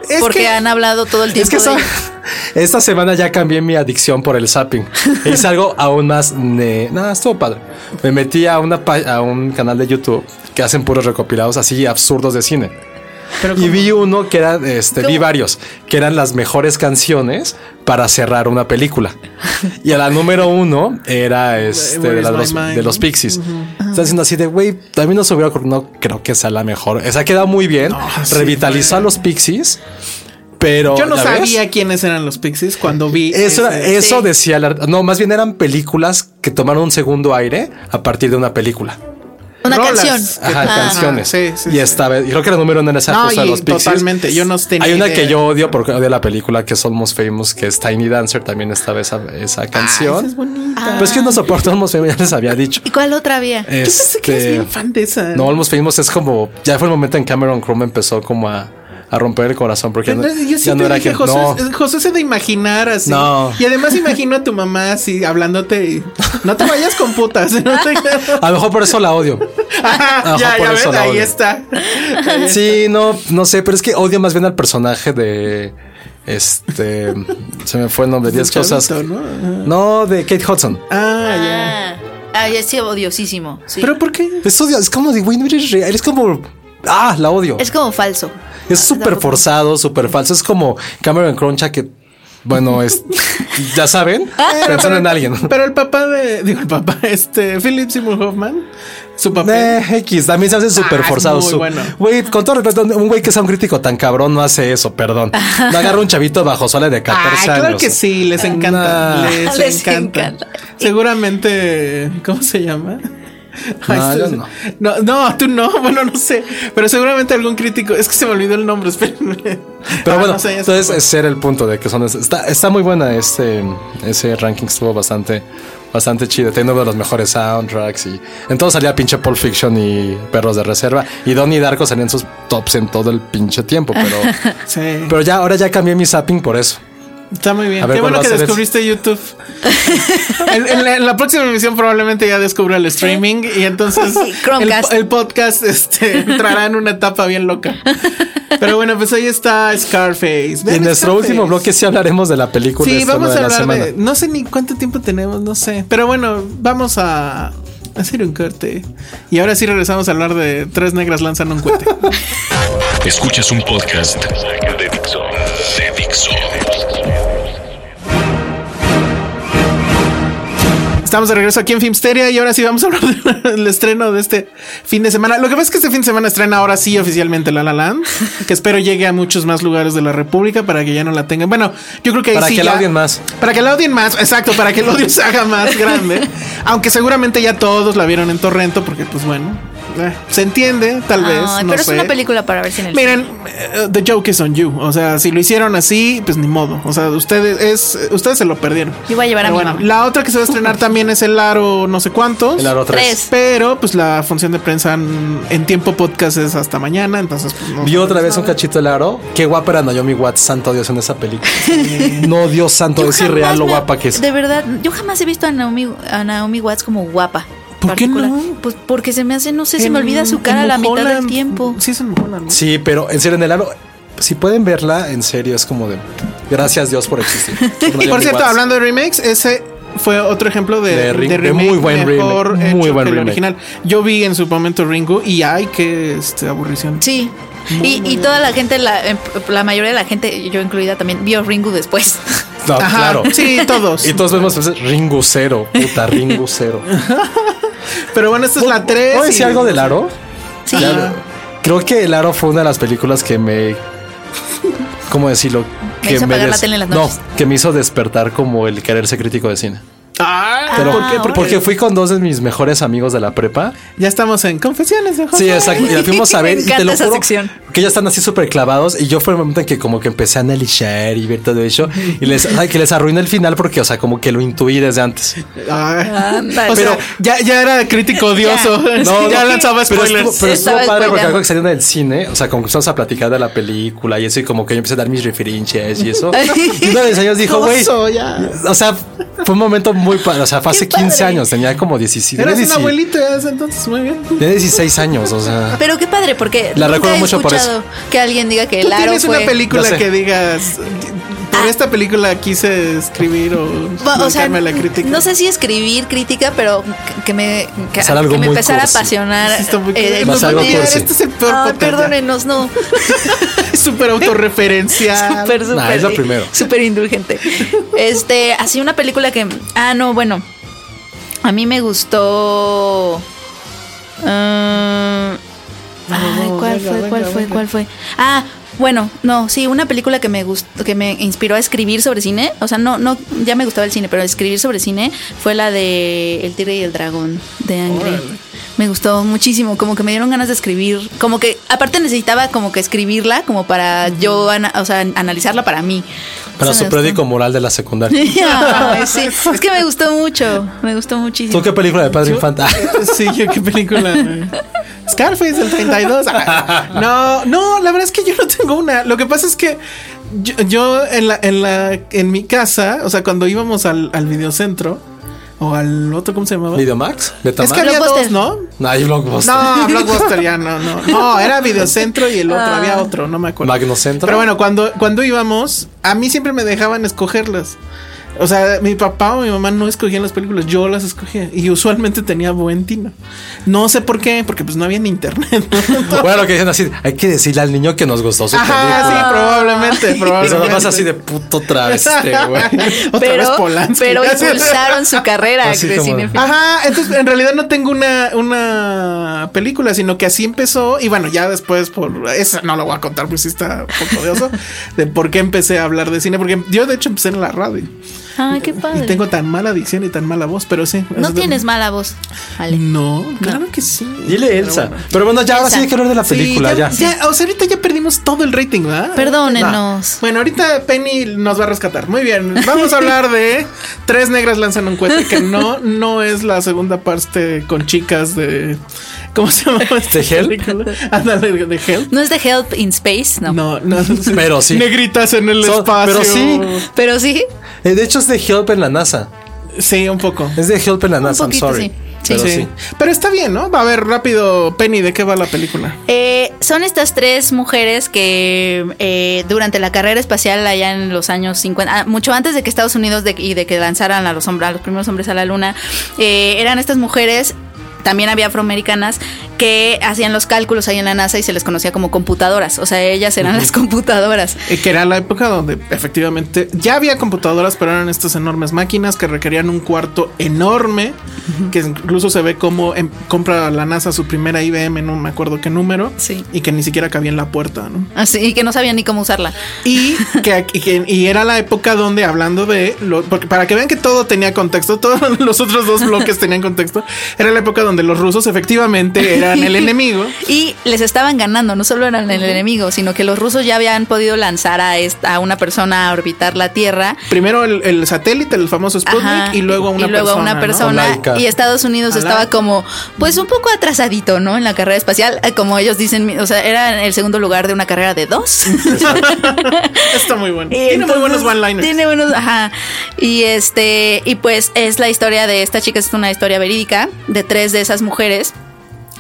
[SPEAKER 5] Es
[SPEAKER 6] porque
[SPEAKER 5] que-
[SPEAKER 6] han hablado todo el tiempo.
[SPEAKER 7] Es que esa-
[SPEAKER 6] de ello.
[SPEAKER 7] <laughs> esta semana ya cambié mi adicción por el zapping. Es
[SPEAKER 5] <laughs>
[SPEAKER 7] algo aún más... ne- Nada, estuvo padre. Me metí a, una, pa- a un canal de YouTube que hacen puros recopilados así absurdos de cine. y vi uno que eran, este, vi
[SPEAKER 6] ¿Cómo?
[SPEAKER 7] varios, que eran las mejores canciones para cerrar una película. Y a la número uno era este,
[SPEAKER 5] <laughs>
[SPEAKER 7] de,
[SPEAKER 5] Where is
[SPEAKER 7] la-
[SPEAKER 5] my
[SPEAKER 7] los, de
[SPEAKER 5] mind?
[SPEAKER 7] los Pixies. Está diciendo así de, güey, también nos hubiera ocurrido, no creo que sea la mejor. Esa queda muy bien. Revitalizó a los Pixies. Pero
[SPEAKER 5] yo no
[SPEAKER 7] Oh, ¿ya ves?
[SPEAKER 5] sabía quiénes eran los Pixies cuando vi.
[SPEAKER 7] Eso, era-
[SPEAKER 5] ese-
[SPEAKER 7] eso
[SPEAKER 6] Sí.
[SPEAKER 7] decía la- No, más bien eran películas que tomaron un segundo aire a partir de una película.
[SPEAKER 6] Una
[SPEAKER 5] Rolas.
[SPEAKER 6] canción.
[SPEAKER 7] Ajá,
[SPEAKER 5] Ajá,
[SPEAKER 7] canciones.
[SPEAKER 5] sí, sí,
[SPEAKER 7] y
[SPEAKER 5] sí.
[SPEAKER 7] estaba, y creo que la número uno en esa
[SPEAKER 5] No,
[SPEAKER 7] cosa de
[SPEAKER 5] y
[SPEAKER 7] los Pixies.
[SPEAKER 5] totalmente, yo no tenía
[SPEAKER 7] Hay una
[SPEAKER 5] idea.
[SPEAKER 7] que yo odio porque odio la película que son Most Famous, que es Tiny Dancer, también estaba esa, esa canción.
[SPEAKER 5] Ah, esa es bonita.
[SPEAKER 6] Ah,
[SPEAKER 7] Pues que no soporto Almost Famous, ya les había dicho.
[SPEAKER 6] ¿Y cuál otra había?
[SPEAKER 5] <laughs> Yo pensé que eres
[SPEAKER 7] Este,
[SPEAKER 5] bien fan de esa.
[SPEAKER 7] No, Almost Famous es como, ya fue el momento en Cameron Crowe me empezó como a, a romper el corazón porque
[SPEAKER 5] Pero
[SPEAKER 7] ya no-
[SPEAKER 5] yo
[SPEAKER 7] ya
[SPEAKER 5] siempre
[SPEAKER 7] no era
[SPEAKER 5] dije,
[SPEAKER 7] que
[SPEAKER 5] José,
[SPEAKER 7] no.
[SPEAKER 5] José se de imaginar así.
[SPEAKER 7] No.
[SPEAKER 5] Y además imagino a tu mamá así hablándote y no te vayas con putas. <laughs> No te...
[SPEAKER 7] A lo mejor por eso la odio.
[SPEAKER 5] <laughs> Ajá, ya,
[SPEAKER 7] por
[SPEAKER 5] ya ves,
[SPEAKER 7] eso la
[SPEAKER 5] ahí
[SPEAKER 7] odio.
[SPEAKER 5] está.
[SPEAKER 7] Sí, no, no sé, pero es que odio más bien al personaje de este se me fue el nombre, 10
[SPEAKER 5] chavito,
[SPEAKER 7] cosas.
[SPEAKER 5] ¿no? Ajá.
[SPEAKER 7] No, de Kate Hudson.
[SPEAKER 5] Ah, ya.
[SPEAKER 6] Ah, ah, ya sí, odiosísimo. sí.
[SPEAKER 5] ¿Pero por qué?
[SPEAKER 7] Es odio, es como de güey, no eres real, es como ah, la odio.
[SPEAKER 6] es como falso.
[SPEAKER 7] Es súper forzado, súper falso, es como Cameron Croncha que bueno, es ya saben, pensando en alguien.
[SPEAKER 5] Pero el papá de. Digo, el papá, <laughs> este. Philip Seymour Hoffman. Su papá.
[SPEAKER 7] Eh, X, también se hace súper
[SPEAKER 5] Ah, es
[SPEAKER 7] forzado.
[SPEAKER 5] muy
[SPEAKER 7] su-
[SPEAKER 5] bueno.
[SPEAKER 7] Güey, con todo respeto, un güey que sea un crítico tan cabrón no hace eso, perdón. No agarra un chavito bajo sola de 14
[SPEAKER 5] Ah,
[SPEAKER 7] años.
[SPEAKER 5] claro que sí, les encanta.
[SPEAKER 7] Nah.
[SPEAKER 6] <laughs>
[SPEAKER 5] Les,
[SPEAKER 6] Les
[SPEAKER 5] encanta.
[SPEAKER 6] encanta.
[SPEAKER 5] Seguramente, ¿cómo se llama? Ay,
[SPEAKER 7] No,
[SPEAKER 5] esto-
[SPEAKER 7] yo no.
[SPEAKER 5] no. no, tú no, <laughs> bueno, no sé. Pero seguramente algún crítico. Es que se me olvidó el nombre, <laughs> espérenme.
[SPEAKER 7] Pero
[SPEAKER 5] Ah,
[SPEAKER 7] bueno,
[SPEAKER 5] no sé, ya se
[SPEAKER 7] entonces
[SPEAKER 5] fue.
[SPEAKER 7] ese era el punto de que son. Está, está muy buena este, ese ranking, estuvo bastante, bastante chido. Tiene uno de los mejores soundtracks y en todo salía pinche Pulp Fiction y Perros de Reserva. Y Donnie Darko salían sus tops en todo el pinche tiempo, pero,
[SPEAKER 5] <laughs> Sí.
[SPEAKER 7] pero ya, ahora ya cambié mi zapping por eso.
[SPEAKER 5] Está muy bien.
[SPEAKER 7] A ver,
[SPEAKER 5] Qué
[SPEAKER 7] ¿cuál
[SPEAKER 5] bueno
[SPEAKER 7] va a
[SPEAKER 5] que
[SPEAKER 7] ser <laughs>
[SPEAKER 5] descubriste YouTube. en, en la, en la próxima emisión probablemente ya descubra el streaming y entonces
[SPEAKER 6] Sí, <laughs> Chromecast.
[SPEAKER 5] El, el
[SPEAKER 6] <laughs>
[SPEAKER 5] podcast este, entrará en una etapa bien loca. Pero bueno, pues ahí está Scarface.
[SPEAKER 7] Y
[SPEAKER 5] Vean
[SPEAKER 7] en nuestro
[SPEAKER 5] Scarface.
[SPEAKER 7] último bloque sí hablaremos de la película
[SPEAKER 5] Sí,
[SPEAKER 7] esta
[SPEAKER 5] vamos
[SPEAKER 7] de
[SPEAKER 5] a
[SPEAKER 7] la semana.
[SPEAKER 5] hablar de... No sé ni cuánto tiempo tenemos, no sé. Pero bueno, vamos a hacer un corte. Y ahora sí regresamos a hablar de tres negras lanzan un
[SPEAKER 7] <laughs>
[SPEAKER 5] cohete.
[SPEAKER 3] Escuchas un podcast de Dixo. De Dixo.
[SPEAKER 5] Estamos de regreso aquí en Filmsteria y ahora sí vamos a hablar del estreno de este fin de semana. Lo que pasa es que este fin de semana estrena ahora sí oficialmente La La Land, que espero llegue a muchos más lugares de la República para que ya no la tengan. Bueno, yo creo que ahí
[SPEAKER 7] Para
[SPEAKER 5] sí
[SPEAKER 7] que la
[SPEAKER 5] ya-
[SPEAKER 7] odien más.
[SPEAKER 5] Para que la odien más, exacto,
[SPEAKER 6] <laughs>
[SPEAKER 5] para que el odio se haga más grande. Aunque seguramente ya todos la vieron en Torrento porque pues bueno, Eh, se entiende, tal vez.
[SPEAKER 6] Ay,
[SPEAKER 5] no
[SPEAKER 6] pero
[SPEAKER 5] sé.
[SPEAKER 6] es una película para ver sin el
[SPEAKER 5] Miren, eh, the joke is on you. O sea, si lo hicieron así, pues ni modo. O sea, ustedes es, ustedes se lo perdieron.
[SPEAKER 6] Yo voy a llevar a
[SPEAKER 5] Pero
[SPEAKER 6] mi
[SPEAKER 5] bueno,
[SPEAKER 6] mamá.
[SPEAKER 5] la otra que se va a
[SPEAKER 6] <laughs>
[SPEAKER 5] estrenar también es el aro no sé cuántos.
[SPEAKER 7] El aro 3.
[SPEAKER 6] Tres.
[SPEAKER 5] Pero pues la función de prensa en, en tiempo podcast es hasta mañana, entonces pues, no.
[SPEAKER 7] Vio otra vez un cachito el aro. Qué guapa era Naomi Watts, santo Dios, en esa
[SPEAKER 5] <laughs>
[SPEAKER 7] película. no, Dios santo,
[SPEAKER 6] Yo
[SPEAKER 7] es
[SPEAKER 6] jamás
[SPEAKER 7] irreal lo
[SPEAKER 6] me-
[SPEAKER 7] guapa que es.
[SPEAKER 6] De verdad, yo jamás he visto a Naomi, a Naomi Watts como guapa.
[SPEAKER 5] ¿Por qué
[SPEAKER 6] particular.
[SPEAKER 5] no?
[SPEAKER 6] Pues porque se me hace, no sé, se me olvida su cara a la mitad del tiempo.
[SPEAKER 5] Sí, es en Mulholland, ¿no?
[SPEAKER 7] Sí, pero en serio, en el aro, si pueden verla, en serio, es como de gracias Dios por
[SPEAKER 5] <laughs>
[SPEAKER 7] existir. Naomi
[SPEAKER 5] Por cierto,
[SPEAKER 7] Watts.
[SPEAKER 5] hablando de remakes, ese fue otro ejemplo de,
[SPEAKER 7] De re- de
[SPEAKER 5] remake
[SPEAKER 7] muy buen
[SPEAKER 5] mejor
[SPEAKER 7] remake,
[SPEAKER 5] hecho
[SPEAKER 7] muy buen
[SPEAKER 5] que el
[SPEAKER 7] remake.
[SPEAKER 5] original. Yo vi en su momento Ringo y ay, qué este, aburrición.
[SPEAKER 6] Sí. Y, y toda la gente, la, em, la mayoría de la gente, yo incluida también, vio Ringu
[SPEAKER 5] <laughs>
[SPEAKER 6] después.
[SPEAKER 7] No,
[SPEAKER 5] Ajá,
[SPEAKER 7] claro.
[SPEAKER 5] Sí, todos.
[SPEAKER 7] <laughs> Y todos vemos pues, Ringo Cero, puta Ringo
[SPEAKER 5] <laughs>
[SPEAKER 7] Cero.
[SPEAKER 5] Pero bueno, esta es la 3.
[SPEAKER 7] ¿Puedo decir algo del aro?
[SPEAKER 6] Sí.
[SPEAKER 7] Ya, Creo que El Aro fue una de las películas que me. ¿Cómo decirlo?
[SPEAKER 6] Me
[SPEAKER 7] que
[SPEAKER 6] hizo apagar la tele en las noches.
[SPEAKER 7] No, que me hizo despertar como el querer ser crítico de cine.
[SPEAKER 5] Ah,
[SPEAKER 7] Pero-
[SPEAKER 5] ¿por qué? ¿Por qué?
[SPEAKER 7] Porque fui con dos de mis mejores amigos de la prepa.
[SPEAKER 5] Ya estamos en Confesiones de
[SPEAKER 6] <laughs>
[SPEAKER 5] José.
[SPEAKER 7] Sí, exacto. Y la fuimos a
[SPEAKER 6] Me
[SPEAKER 7] ver. y te
[SPEAKER 6] encanta
[SPEAKER 7] lo
[SPEAKER 6] esa
[SPEAKER 7] juro
[SPEAKER 6] sección.
[SPEAKER 7] Que ellos están así súper clavados. Y yo fue el momento en que como que empecé a analizar y ver todo eso. Y
[SPEAKER 6] <laughs>
[SPEAKER 7] les, ay, que les arruiné el final porque, o sea, como que lo intuí desde antes.
[SPEAKER 5] Ay.
[SPEAKER 6] Ándale.
[SPEAKER 5] O sea,
[SPEAKER 6] Pero-
[SPEAKER 5] ya, ya era crítico odioso. <laughs>
[SPEAKER 6] Ya.
[SPEAKER 7] No,
[SPEAKER 5] ya
[SPEAKER 7] no,
[SPEAKER 5] lanzaba
[SPEAKER 7] pero estuvo-
[SPEAKER 5] spoilers.
[SPEAKER 7] Pero estuvo,
[SPEAKER 6] Estaba
[SPEAKER 7] padre porque
[SPEAKER 6] spoileando.
[SPEAKER 7] algo que saliendo del cine, o sea, como que empezamos a platicar de la película y eso, y como que yo empecé a dar mis referencias y
[SPEAKER 6] <laughs>
[SPEAKER 7] eso. y uno de mis años dijo, güey.
[SPEAKER 5] Oso, ya.
[SPEAKER 7] O sea, fue un momento muy padre. O sea, fue hace
[SPEAKER 6] Qué
[SPEAKER 7] 15
[SPEAKER 6] padre.
[SPEAKER 7] años, tenía como 17.
[SPEAKER 5] Eras
[SPEAKER 7] tenía
[SPEAKER 5] una
[SPEAKER 7] 17,
[SPEAKER 5] abuelita ya ese entonces, muy bien.
[SPEAKER 7] tenía 16 años, o sea.
[SPEAKER 6] Pero qué padre, porque
[SPEAKER 7] La
[SPEAKER 6] nunca
[SPEAKER 7] recuerdo
[SPEAKER 6] he
[SPEAKER 7] mucho por
[SPEAKER 6] escuchado que alguien diga que
[SPEAKER 5] ¿Tú
[SPEAKER 6] el aro
[SPEAKER 5] tienes
[SPEAKER 6] fue... Ah.
[SPEAKER 5] una película
[SPEAKER 7] Ya sé.
[SPEAKER 5] que digas por esta película quise escribir o,
[SPEAKER 6] Va, o sea,
[SPEAKER 5] dedicarme a la crítica?
[SPEAKER 6] no sé si escribir crítica, pero que- que me, que,
[SPEAKER 7] Pasar algo
[SPEAKER 6] que me
[SPEAKER 7] muy
[SPEAKER 6] empezara
[SPEAKER 7] cursi.
[SPEAKER 6] a apasionar.
[SPEAKER 5] Sí, está muy
[SPEAKER 6] eh,
[SPEAKER 5] claro.
[SPEAKER 6] el
[SPEAKER 7] Va a ser algo
[SPEAKER 6] contenido.
[SPEAKER 7] cursi.
[SPEAKER 5] Este es el <laughs> peor
[SPEAKER 6] Ay,
[SPEAKER 5] podcast, ya.
[SPEAKER 6] perdónenos, no.
[SPEAKER 5] <laughs> Es súper <laughs>
[SPEAKER 6] <laughs>
[SPEAKER 5] autorreferencial.
[SPEAKER 6] Súper, súper.
[SPEAKER 7] Nah, es lo
[SPEAKER 6] sí,
[SPEAKER 7] primero.
[SPEAKER 6] Súper indulgente. Este, así una película que. Ah, no, bueno. A mí me gustó. mm, ay,
[SPEAKER 5] no,
[SPEAKER 6] ¿cuál
[SPEAKER 5] venga,
[SPEAKER 6] fue?
[SPEAKER 5] venga,
[SPEAKER 6] ¿Cuál fue?
[SPEAKER 5] venga.
[SPEAKER 6] ¿Cuál fue? Ah, bueno, no, sí, una película que me gustó, que me inspiró a escribir sobre cine. O sea, no, no, ya me gustaba el cine, pero escribir sobre cine fue la de El tigre y el dragón de Angry. Me gustó muchísimo, como que me dieron ganas de escribir, como que aparte necesitaba como que escribirla como para yo, ana- o sea, analizarla para mí.
[SPEAKER 7] Para
[SPEAKER 6] Eso
[SPEAKER 7] su
[SPEAKER 6] me
[SPEAKER 7] periódico
[SPEAKER 6] gustó.
[SPEAKER 7] moral de la secundaria.
[SPEAKER 6] <laughs> Ay, sí. Es que me gustó mucho, me gustó muchísimo.
[SPEAKER 7] ¿Tú qué película de Padre Infanta?
[SPEAKER 5] Sí, yo qué película. güey. Scarface
[SPEAKER 7] <laughs>
[SPEAKER 5] del 32. Ah, No, no, la verdad es que yo no tengo una. Lo que pasa es que yo, yo en la, en la, en mi casa, o sea, cuando íbamos al, al videocentro o al otro, ¿cómo se llamaba?
[SPEAKER 7] ¿Videomax?
[SPEAKER 5] Es que
[SPEAKER 7] ¿Betamax?
[SPEAKER 5] había dos,
[SPEAKER 6] Blockbuster.
[SPEAKER 5] ¿no?
[SPEAKER 7] No, hay Blockbuster. <laughs>
[SPEAKER 5] No, Blockbuster ya no, no. No, era Videocentro y el otro,
[SPEAKER 7] Ah.
[SPEAKER 5] había otro, no me acuerdo.
[SPEAKER 7] Magnocentro.
[SPEAKER 5] Pero bueno, cuando, cuando íbamos, a mí siempre me dejaban escogerlas. O sea, mi papá o mi mamá no escogían las películas, yo las escogía. Y usualmente tenía buen tino. No sé por qué, porque pues no había ni internet.
[SPEAKER 7] <laughs>
[SPEAKER 5] ¿no?
[SPEAKER 7] Bueno, lo que dicen así, hay que decirle al niño que nos gustó su
[SPEAKER 5] Ajá, sí,
[SPEAKER 7] película.
[SPEAKER 5] probablemente,
[SPEAKER 7] Y se
[SPEAKER 5] probablemente.
[SPEAKER 7] lo pasa así de puto
[SPEAKER 5] <laughs>
[SPEAKER 7] travesti, güey.
[SPEAKER 5] Otra vez
[SPEAKER 6] pero,
[SPEAKER 5] Polanski. <laughs>
[SPEAKER 6] pero impulsaron su carrera
[SPEAKER 7] Así
[SPEAKER 6] de
[SPEAKER 7] como-
[SPEAKER 6] cine.
[SPEAKER 5] Ajá, entonces en realidad no tengo una, una película, sino que así empezó. Y bueno, ya después, por esa no la voy a contar, pues sí está un
[SPEAKER 6] <laughs>
[SPEAKER 5] poco odioso, de por qué empecé a hablar de cine. Porque yo, de hecho, empecé en la radio
[SPEAKER 6] Ay, qué
[SPEAKER 5] y
[SPEAKER 6] padre.
[SPEAKER 5] tengo tan mala dicción y tan mala voz, pero sí. eso
[SPEAKER 6] No
[SPEAKER 5] es-
[SPEAKER 6] tienes mala voz. Ale.
[SPEAKER 5] No, claro que sí.
[SPEAKER 7] Dile Elsa. Pero bueno, ya ahora sí
[SPEAKER 6] Elsa.
[SPEAKER 7] hay que hablar de la
[SPEAKER 5] Sí,
[SPEAKER 7] película,
[SPEAKER 5] ya,
[SPEAKER 7] ya.
[SPEAKER 5] ya, O sea, ahorita ya perdimos todo el rating, ¿verdad? Ah.
[SPEAKER 6] Perdónenos.
[SPEAKER 5] Bueno, ahorita Penny nos va a rescatar. Muy bien, vamos a hablar de
[SPEAKER 6] <laughs>
[SPEAKER 5] Tres Negras Lanzan un Cohete, que no, no es la segunda parte con chicas de. ¿Cómo se llama? esta
[SPEAKER 7] ¿De Help?
[SPEAKER 5] película? Ándale, de Help.
[SPEAKER 6] No es de Help in Space, no.
[SPEAKER 5] No, no.
[SPEAKER 7] Pero sí.
[SPEAKER 5] Negritas en el
[SPEAKER 7] So-
[SPEAKER 5] espacio.
[SPEAKER 7] pero sí.
[SPEAKER 6] Pero sí,
[SPEAKER 7] Eh, De hecho, es de Help en la NASA.
[SPEAKER 5] Sí, un poco.
[SPEAKER 7] Es de Help en la NASA,
[SPEAKER 6] poquito,
[SPEAKER 7] I'm sorry.
[SPEAKER 6] sí. Sí.
[SPEAKER 7] Pero sí.
[SPEAKER 5] Pero está bien, ¿no? Va a ver rápido, Penny, ¿de qué va la película?
[SPEAKER 6] Eh, son estas tres mujeres que eh, durante la carrera espacial allá en los años 50, ah, mucho antes de que Estados Unidos de- y de que lanzaran a los, hombres, a los primeros hombres a la luna, eh, eran estas mujeres, también había afroamericanas, que hacían los cálculos ahí en la NASA y se les conocía como computadoras, o sea, ellas eran las computadoras.
[SPEAKER 5] Eh, Que era la época donde efectivamente ya había computadoras, pero eran estas enormes máquinas que requerían un cuarto enorme, que incluso se ve como em- compra la NASA su primera IBM, no me acuerdo qué número,
[SPEAKER 6] Sí.
[SPEAKER 5] y que ni siquiera cabía en la puerta, ¿no?
[SPEAKER 6] Así y que no sabían ni cómo usarla.
[SPEAKER 5] Y, que, aquí- que- y era la época donde hablando de, lo- porque para que vean que todo <laughs> tenía contexto, todos los otros dos bloques tenían contexto, era la época donde los rusos efectivamente
[SPEAKER 6] <laughs>
[SPEAKER 5] eran el enemigo.
[SPEAKER 6] Y les estaban ganando, no solo eran el enemigo, sino que los rusos ya habían podido lanzar a, esta, a una persona a orbitar la Tierra.
[SPEAKER 5] Primero el, el satélite, el famoso Sputnik,
[SPEAKER 6] Ajá,
[SPEAKER 5] y luego a una
[SPEAKER 6] y luego a
[SPEAKER 5] persona.
[SPEAKER 6] una
[SPEAKER 5] ¿no?
[SPEAKER 6] persona,
[SPEAKER 7] Laika.
[SPEAKER 6] y Estados Unidos
[SPEAKER 5] A
[SPEAKER 6] estaba
[SPEAKER 5] Laika.
[SPEAKER 6] como pues un poco atrasadito, ¿no? En la carrera espacial, eh, como ellos dicen, o sea, era en el segundo lugar de una carrera de dos.
[SPEAKER 5] <laughs> Está muy bueno.
[SPEAKER 6] Y
[SPEAKER 5] Tiene muy
[SPEAKER 6] entonces,
[SPEAKER 5] buenos one-liners.
[SPEAKER 6] Tiene buenos, ajá. Y este, y pues es la historia de esta chica, es una historia verídica de tres de esas mujeres.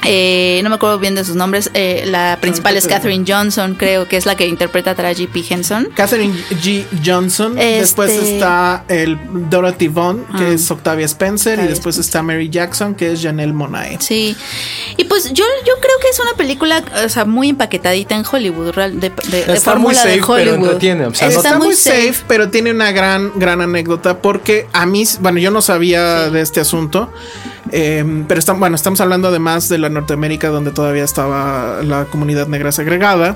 [SPEAKER 6] Eh, no me acuerdo bien de sus nombres. eh, la principal es Katherine Johnson, creo que es la que interpreta a Taraji P. Henson.
[SPEAKER 5] Catherine G. Johnson.
[SPEAKER 6] Este-
[SPEAKER 5] Después está el Dorothy Vaughn, que
[SPEAKER 6] Ah.
[SPEAKER 5] es Octavia Spencer.
[SPEAKER 6] Octavia
[SPEAKER 5] y después está Mary Jackson, que es Janelle Monae.
[SPEAKER 6] Sí. Y pues yo, yo creo que es una película, o sea, muy empaquetadita en Hollywood, real- de, de- de
[SPEAKER 7] Está muy
[SPEAKER 6] fórmula
[SPEAKER 7] safe,
[SPEAKER 6] de
[SPEAKER 7] pero
[SPEAKER 6] Hollywood.
[SPEAKER 7] entretiene, o sea, no-
[SPEAKER 6] está, muy safe.
[SPEAKER 5] pero tiene una gran, gran anécdota porque a mí, bueno, yo no sabía de este asunto, eh, pero estamos, bueno, estamos hablando además de la Norteamérica donde todavía estaba la comunidad negra segregada,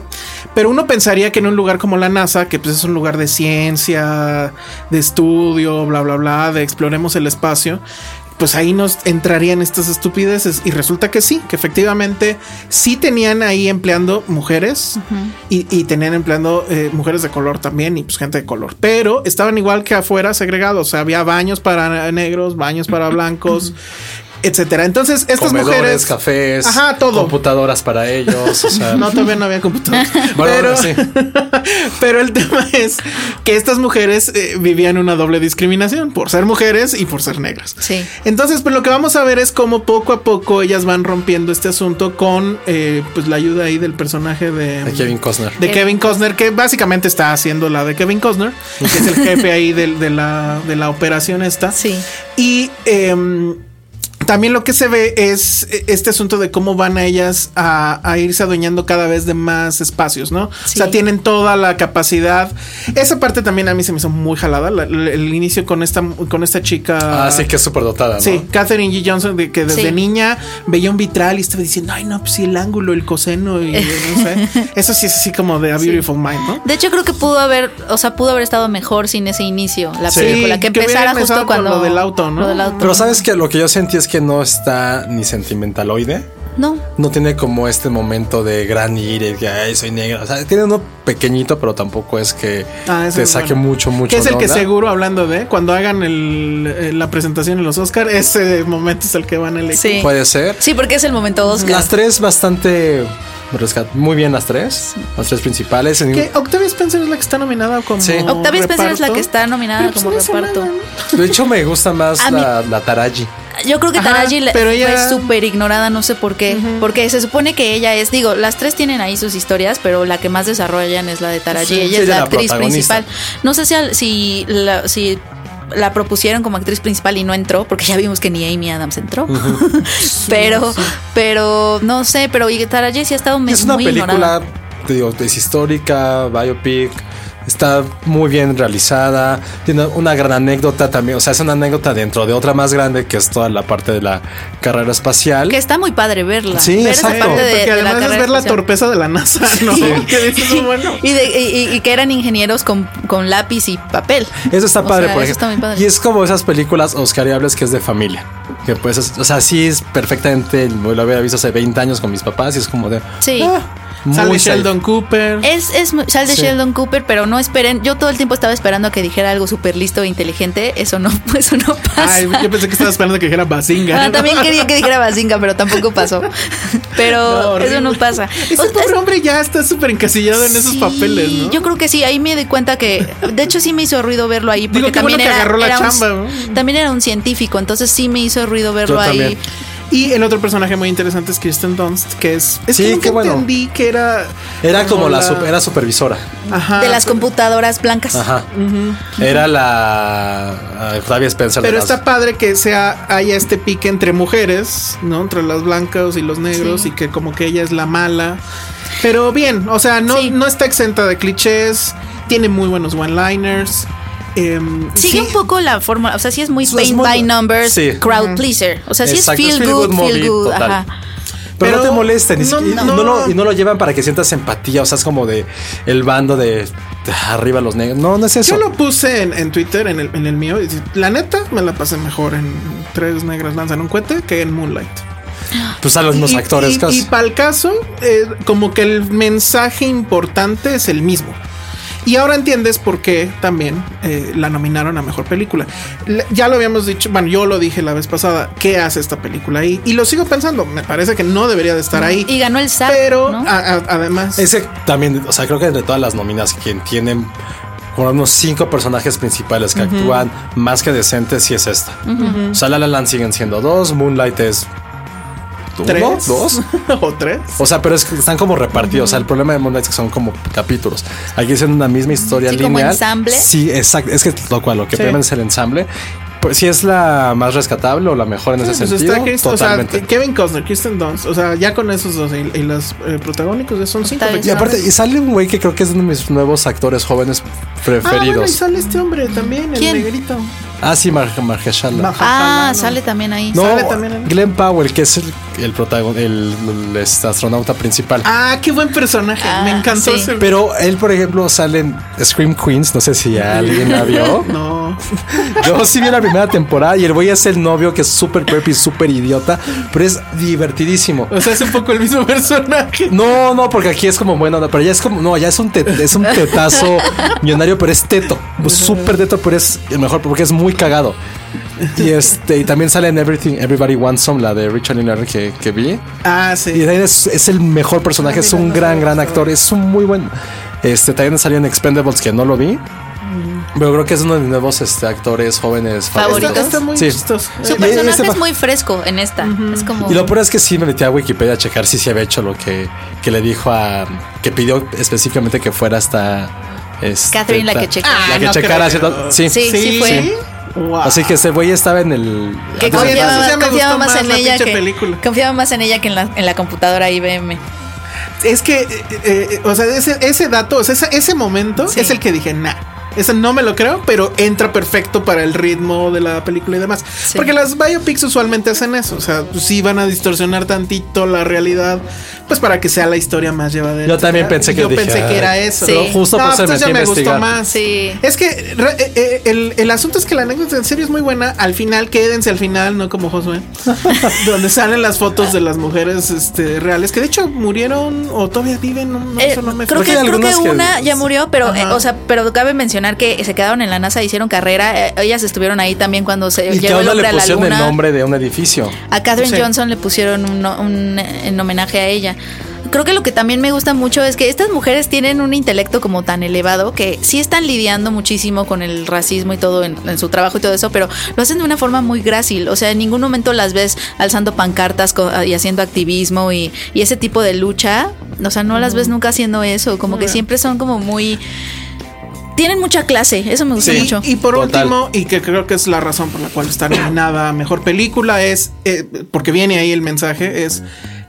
[SPEAKER 5] pero uno pensaría que en un lugar como la NASA, que pues es un lugar de ciencia, de estudio, bla, bla, bla, de exploremos el espacio, pues ahí nos entrarían estas estupideces. Y resulta que sí, que efectivamente sí tenían ahí empleando mujeres y, y tenían empleando eh, mujeres de color también y pues gente de color. Pero estaban igual que afuera segregados. O sea, había baños para negros, baños para blancos, etcétera. Entonces, estas
[SPEAKER 7] Comedores,
[SPEAKER 5] mujeres.
[SPEAKER 7] cafés,
[SPEAKER 5] Ajá, todo.
[SPEAKER 7] computadoras para ellos. O sea,
[SPEAKER 5] <laughs> No, todavía no había computadora.
[SPEAKER 7] Bueno,
[SPEAKER 5] pero,
[SPEAKER 7] sí.
[SPEAKER 5] pero el <laughs> tema es que estas mujeres eh, vivían una doble discriminación por ser mujeres y por ser negras.
[SPEAKER 6] Sí.
[SPEAKER 5] Entonces, pues lo que vamos a ver es cómo poco a poco ellas van rompiendo este asunto con eh, pues la ayuda ahí del personaje de,
[SPEAKER 7] de Kevin Costner.
[SPEAKER 5] de Kevin Costner, que básicamente está haciendo la de Kevin Costner, que
[SPEAKER 6] <laughs>
[SPEAKER 5] es el jefe ahí del- de, la, de la operación esta.
[SPEAKER 6] Sí.
[SPEAKER 5] Y em, también lo que se ve es eh, este asunto de cómo van a ellas a, a irse adueñando cada vez de más espacios, ¿no?
[SPEAKER 6] Sí.
[SPEAKER 5] O sea, tienen toda la capacidad. Esa parte también a mí se me hizo muy jalada, la- la- el inicio con esta, con esta chica.
[SPEAKER 7] Ah, sí, que es súper dotada. ¿no?
[SPEAKER 5] Sí, Catherine G. Johnson, de que desde
[SPEAKER 6] Sí.
[SPEAKER 5] niña veía un vitral y estaba diciendo, ay, no, pues sí, el ángulo, el coseno, y no
[SPEAKER 6] <laughs>
[SPEAKER 5] sé. Eso sí es así como de A Beautiful Mind, ¿no?
[SPEAKER 6] De hecho, creo que pudo haber, o sea, pudo haber estado mejor sin ese inicio, la
[SPEAKER 5] Sí,
[SPEAKER 6] película, que
[SPEAKER 5] que hubiera
[SPEAKER 6] empezara
[SPEAKER 5] empezado
[SPEAKER 6] justo
[SPEAKER 5] con
[SPEAKER 6] cuando.
[SPEAKER 5] lo del auto, ¿no?
[SPEAKER 6] lo del auto.
[SPEAKER 7] Pero sabes que lo que yo sentí es que no está ni sentimentaloide.
[SPEAKER 6] No.
[SPEAKER 7] No tiene como este momento de gran ira y que ay, soy negra. O sea, tiene uno pequeñito, pero tampoco es que
[SPEAKER 5] Ah, eso
[SPEAKER 7] te
[SPEAKER 5] es
[SPEAKER 7] saque
[SPEAKER 5] bueno.
[SPEAKER 7] mucho, mucho.
[SPEAKER 5] Que es el
[SPEAKER 7] de
[SPEAKER 5] que
[SPEAKER 7] onda.
[SPEAKER 5] seguro, hablando de, cuando hagan el- eh, la presentación en los Oscars, ese momento es el que van a elegir.
[SPEAKER 6] Sí.
[SPEAKER 7] Puede ser.
[SPEAKER 6] Sí, porque es el momento Oscar.
[SPEAKER 7] Las tres bastante rescat- muy bien las tres, las tres principales. En-
[SPEAKER 5] Que Octavia Spencer es la que está nominada como
[SPEAKER 7] Sí.
[SPEAKER 6] Octavia Spencer es la
[SPEAKER 5] reparto.
[SPEAKER 6] que está nominada
[SPEAKER 5] Pero, pues,
[SPEAKER 6] como
[SPEAKER 5] no hizo
[SPEAKER 6] reparto.
[SPEAKER 5] nada, ¿no?
[SPEAKER 7] De hecho, me gusta más
[SPEAKER 6] A mí-
[SPEAKER 7] la, la Taraji.
[SPEAKER 6] Yo creo que
[SPEAKER 5] Ajá,
[SPEAKER 6] Taraji le-
[SPEAKER 5] pero ella-
[SPEAKER 6] fue súper ignorada, no sé por qué. Porque se supone que ella es, digo, las tres tienen ahí sus historias, pero la que más desarrollan es la de Taraji.
[SPEAKER 7] Sí,
[SPEAKER 6] ella
[SPEAKER 7] sí,
[SPEAKER 6] es
[SPEAKER 7] ella
[SPEAKER 6] la
[SPEAKER 7] la
[SPEAKER 6] actriz
[SPEAKER 7] protagonista.
[SPEAKER 6] principal. No sé si, al- si, la, si la propusieron como actriz principal y no entró, porque ya vimos que ni Amy Adams entró. <laughs> pero, pero, no sé, pero y Taraji sí ha estado me-
[SPEAKER 7] Es una
[SPEAKER 6] muy
[SPEAKER 7] película,
[SPEAKER 6] ignorada.
[SPEAKER 7] te digo, es histórica, biopic. Está muy bien realizada. Tiene una gran anécdota también. O sea, es una anécdota dentro de otra más grande que es toda la parte de la carrera espacial.
[SPEAKER 6] Que está muy padre verla.
[SPEAKER 7] Sí,
[SPEAKER 6] ver <laughs> esa
[SPEAKER 7] exacto.
[SPEAKER 6] parte de,
[SPEAKER 5] Porque
[SPEAKER 6] de la
[SPEAKER 5] además es
[SPEAKER 6] carrera
[SPEAKER 5] ver la
[SPEAKER 6] espacial.
[SPEAKER 5] torpeza de la NASA, ¿no? <laughs> Que dices,
[SPEAKER 6] <laughs>
[SPEAKER 5] bueno.
[SPEAKER 6] Y, de- y- y- y que eran ingenieros con, con lápiz y papel.
[SPEAKER 7] Eso está
[SPEAKER 6] O
[SPEAKER 7] padre,
[SPEAKER 6] sea,
[SPEAKER 7] por
[SPEAKER 6] eso
[SPEAKER 7] ejemplo.
[SPEAKER 6] está muy padre.
[SPEAKER 7] Y es como esas películas oscariables que es de familia. Que pues, es- o sea, sí es perfectamente. Lo había visto hace 20 años con mis papás y es como de.
[SPEAKER 6] Sí.
[SPEAKER 7] muy
[SPEAKER 5] Sale
[SPEAKER 7] safe.
[SPEAKER 5] Sheldon Cooper.
[SPEAKER 6] Es, es mu- sal de
[SPEAKER 7] Ah. Sí.
[SPEAKER 6] Sheldon Cooper, pero no esperen. Yo todo el tiempo estaba esperando que dijera algo súper listo e inteligente. Eso no, <laughs> eso no pasa.
[SPEAKER 5] Ay, yo pensé que estaba esperando que dijera Bazinga.
[SPEAKER 6] Ah,
[SPEAKER 5] <laughs>
[SPEAKER 6] también quería que dijera Bazinga, pero tampoco
[SPEAKER 7] <laughs>
[SPEAKER 6] pasó. Pero
[SPEAKER 5] No,
[SPEAKER 6] eso no
[SPEAKER 5] horrible.
[SPEAKER 6] pasa.
[SPEAKER 5] Ese
[SPEAKER 6] O-
[SPEAKER 5] pobre hombre ya está súper encasillado en esos
[SPEAKER 6] Sí,
[SPEAKER 5] papeles, ¿no?
[SPEAKER 6] Yo creo que sí, ahí me di cuenta que, de hecho sí me hizo ruido verlo ahí, porque
[SPEAKER 5] Digo, qué bueno
[SPEAKER 6] también, era,
[SPEAKER 5] que agarró la
[SPEAKER 6] era
[SPEAKER 5] chamba,
[SPEAKER 6] un, también era un científico, entonces sí me hizo ruido verlo
[SPEAKER 7] Yo
[SPEAKER 6] ahí.
[SPEAKER 7] también.
[SPEAKER 5] Y el otro personaje muy interesante es Kirsten Dunst, que es. Es
[SPEAKER 7] Sí,
[SPEAKER 5] que nunca
[SPEAKER 7] qué bueno.
[SPEAKER 5] entendí que era.
[SPEAKER 7] Era como la, sup- era supervisora.
[SPEAKER 5] Ajá,
[SPEAKER 6] de las computadoras blancas.
[SPEAKER 7] Ajá. Era la. ah, Octavia Spencer. de
[SPEAKER 5] Pero
[SPEAKER 7] las-
[SPEAKER 5] está padre que sea haya este pique entre mujeres, ¿no? Entre los blancos y los negros,
[SPEAKER 6] Sí.
[SPEAKER 5] y que como que ella es la mala. Pero bien, o sea, no,
[SPEAKER 6] Sí.
[SPEAKER 5] no está exenta de clichés, tiene muy buenos one-liners. em,
[SPEAKER 6] Sigue
[SPEAKER 5] sí.
[SPEAKER 6] un poco la forma, o sea, sí es muy
[SPEAKER 7] Es- es
[SPEAKER 6] paint
[SPEAKER 7] muy-
[SPEAKER 6] by numbers,
[SPEAKER 7] sí.
[SPEAKER 6] crowd pleaser. O sea, sí
[SPEAKER 7] Exacto,
[SPEAKER 6] es feel, good,
[SPEAKER 7] movie
[SPEAKER 6] feel good.
[SPEAKER 7] total.
[SPEAKER 6] Ajá.
[SPEAKER 7] Pero, no
[SPEAKER 5] Pero
[SPEAKER 7] te molesta ni
[SPEAKER 5] no,
[SPEAKER 7] siquiera- y,
[SPEAKER 5] no.
[SPEAKER 7] no lo, y no lo llevan para que sientas empatía. O sea, es como de el bando de, de arriba los negros. No, no es eso.
[SPEAKER 5] Yo lo puse en, en Twitter, en el, en el mío. y La neta, me la pasé mejor en Tres Negras Lanzan un Cohete que en Moonlight.
[SPEAKER 7] Pues a los mismos
[SPEAKER 5] y,
[SPEAKER 7] actores
[SPEAKER 5] Y,
[SPEAKER 7] casi.
[SPEAKER 5] para el caso, eh, como que el mensaje importante es el mismo. Y ahora entiendes por qué también eh, la nominaron a mejor película. Le- Ya lo habíamos dicho, bueno, yo lo dije la vez pasada, ¿qué hace esta película ahí? Y lo sigo pensando, me parece que no debería de estar ahí.
[SPEAKER 6] Y ganó el SAG.
[SPEAKER 5] Pero
[SPEAKER 6] ¿no?
[SPEAKER 5] a- a- además,
[SPEAKER 7] Ese también, o sea, creo que entre todas las nóminas, quien tienen como unos cinco personajes principales que actúan más que decentes, sí es esta. O sea, La La Land siguen siendo dos, Moonlight es uno,
[SPEAKER 5] tres.
[SPEAKER 7] dos.
[SPEAKER 5] <laughs> o tres.
[SPEAKER 7] O sea, pero es que están como repartidos. O sea, el problema de Moonlight es que son como capítulos. Aquí hacen una misma historia
[SPEAKER 6] Sí, como
[SPEAKER 7] lineal.
[SPEAKER 6] ensamble.
[SPEAKER 7] Sí, exacto. Es que lo cual, lo que
[SPEAKER 5] Sí.
[SPEAKER 7] prima es el ensamble. Pues si es la más rescatable o la mejor en ese
[SPEAKER 5] Pues
[SPEAKER 7] sentido.
[SPEAKER 5] está Kirsten- o sea,
[SPEAKER 7] totalmente.
[SPEAKER 5] Kevin Costner, Kristen Dunst, o sea, ya con esos dos y, y los eh, protagónicos ya son cinco.
[SPEAKER 6] Está bien.
[SPEAKER 7] y aparte, y sale un güey que creo que es uno de mis nuevos actores jóvenes
[SPEAKER 5] Ah, bueno, y
[SPEAKER 7] preferidos. Ah,
[SPEAKER 5] sale este hombre también,
[SPEAKER 6] ¿Quién?
[SPEAKER 5] el negrito.
[SPEAKER 7] sí, Mar Margeshala.
[SPEAKER 5] Maja-
[SPEAKER 6] Ah,
[SPEAKER 5] Ojalá, ¿no?
[SPEAKER 6] sale también ahí.
[SPEAKER 7] No,
[SPEAKER 5] Sale también en-
[SPEAKER 7] Glenn Powell, que es el, el protagonista, el, el este astronauta principal.
[SPEAKER 5] Ah, qué buen personaje.
[SPEAKER 6] Ah,
[SPEAKER 5] Me encantó
[SPEAKER 6] sí.
[SPEAKER 5] ese.
[SPEAKER 7] Pero él, por ejemplo, sale en Scream Queens. No sé si
[SPEAKER 5] <laughs>
[SPEAKER 7] alguien la vio.
[SPEAKER 5] No.
[SPEAKER 7] Yo sí vi la primera temporada y el güey es el novio que es súper creepy, súper idiota, pero es divertidísimo.
[SPEAKER 5] O sea, es un poco el mismo <laughs> personaje.
[SPEAKER 7] No, no, porque aquí es como bueno, pero ya es como, no, ya es un, te- es un
[SPEAKER 5] <laughs>
[SPEAKER 7] tetazo millonario, pero es teto, súper teto, pero es el mejor porque es muy cagado. Y este, y también sale en Everything, Everybody Wants Some, la de Richard Lillard que, que vi.
[SPEAKER 5] Ah,
[SPEAKER 7] Y
[SPEAKER 5] sí.
[SPEAKER 7] también es, es el mejor personaje,
[SPEAKER 5] Ah,
[SPEAKER 7] es un gran, gran actor, es un muy buen. Este, también salió en Expendables que no lo vi.
[SPEAKER 5] Mm.
[SPEAKER 7] Pero creo que es uno de mis nuevos este, actores jóvenes
[SPEAKER 6] Favorito.
[SPEAKER 7] favoritos.
[SPEAKER 5] Está, está muy
[SPEAKER 7] Sí.
[SPEAKER 5] chistoso.
[SPEAKER 6] Su
[SPEAKER 7] Y- y
[SPEAKER 6] personaje
[SPEAKER 7] este
[SPEAKER 6] es
[SPEAKER 7] pa-
[SPEAKER 6] muy fresco en esta. Es como.
[SPEAKER 7] Y lo peor es que sí me metí a Wikipedia a checar si se había hecho lo que, que le dijo a. que pidió específicamente que fuera hasta. este,
[SPEAKER 6] Catherine la que checa.
[SPEAKER 7] La
[SPEAKER 5] Ah,
[SPEAKER 7] que
[SPEAKER 5] no
[SPEAKER 7] checara,
[SPEAKER 5] creo.
[SPEAKER 7] ¿cierto? Sí.
[SPEAKER 6] Sí, sí,
[SPEAKER 5] Sí.
[SPEAKER 6] fue.
[SPEAKER 5] Sí. Wow.
[SPEAKER 7] Así que ese güey estaba en el.
[SPEAKER 6] Que
[SPEAKER 7] antes de-
[SPEAKER 5] Oye,
[SPEAKER 6] confiaba,
[SPEAKER 5] entonces ya me
[SPEAKER 6] confiaba
[SPEAKER 5] gustó
[SPEAKER 6] más
[SPEAKER 5] más
[SPEAKER 6] en
[SPEAKER 5] la
[SPEAKER 6] ella
[SPEAKER 5] pinche
[SPEAKER 6] que
[SPEAKER 5] película.
[SPEAKER 6] confiaba más en ella que en la, en la computadora IBM.
[SPEAKER 5] es que, eh, eh, o sea, ese, ese dato, o sea, ese, ese momento
[SPEAKER 6] Sí.
[SPEAKER 5] es el que dije, nah. Ese no me lo creo, pero entra perfecto para el ritmo de la película y demás.
[SPEAKER 6] Sí.
[SPEAKER 5] Porque las biopics usualmente hacen eso. O sea, pues, sí van a distorsionar tantito la realidad, pues para que sea la historia más llevadera.
[SPEAKER 7] Yo también
[SPEAKER 5] etcétera.
[SPEAKER 7] pensé que
[SPEAKER 5] Yo
[SPEAKER 7] dije,
[SPEAKER 5] pensé que
[SPEAKER 7] "Ay".
[SPEAKER 5] era eso.
[SPEAKER 6] Pero
[SPEAKER 7] justo por eso me
[SPEAKER 5] entonces
[SPEAKER 7] metí a
[SPEAKER 5] ya me gustó
[SPEAKER 7] investigar.
[SPEAKER 5] más.
[SPEAKER 6] Sí.
[SPEAKER 5] Es que re- eh, eh, el, el asunto es que la anécdota en serio es muy buena. Al final, quédense al final, no como Josué, donde salen las fotos de las mujeres este, reales, que de hecho murieron o todavía viven. No, no,
[SPEAKER 6] Eh,
[SPEAKER 5] eso no me
[SPEAKER 6] creo
[SPEAKER 7] Porque
[SPEAKER 6] que,
[SPEAKER 7] Pues hay
[SPEAKER 6] creo que
[SPEAKER 7] algunas que-
[SPEAKER 6] una ya murió, pero eh,
[SPEAKER 5] Ajá.
[SPEAKER 6] o sea, pero cabe mencionar que se quedaron en la NASA, hicieron carrera, eh, ellas estuvieron ahí también cuando se
[SPEAKER 7] Y que a
[SPEAKER 6] llegó el
[SPEAKER 7] uno
[SPEAKER 6] hombre
[SPEAKER 7] le
[SPEAKER 6] a la
[SPEAKER 7] pusieron el
[SPEAKER 6] luna.
[SPEAKER 7] nombre de un edificio.
[SPEAKER 6] A Katherine
[SPEAKER 5] Sí.
[SPEAKER 6] Johnson le pusieron un, un- en homenaje a ella. Creo que lo que también me gusta mucho es que estas mujeres tienen un intelecto como tan elevado que sí están lidiando muchísimo con el racismo y todo en, en su trabajo y todo eso, pero lo hacen de una forma muy grácil. O sea, en ningún momento las ves alzando pancartas co- y haciendo activismo y, y ese tipo de lucha. O sea, no las ves nunca haciendo eso. Como que siempre son como muy... Tienen mucha clase. Eso me gusta
[SPEAKER 5] Sí,
[SPEAKER 6] mucho.
[SPEAKER 5] Y por
[SPEAKER 7] Total.
[SPEAKER 5] último, y que creo que es la razón por la cual está nominada a mejor película, es eh, porque viene ahí el mensaje: es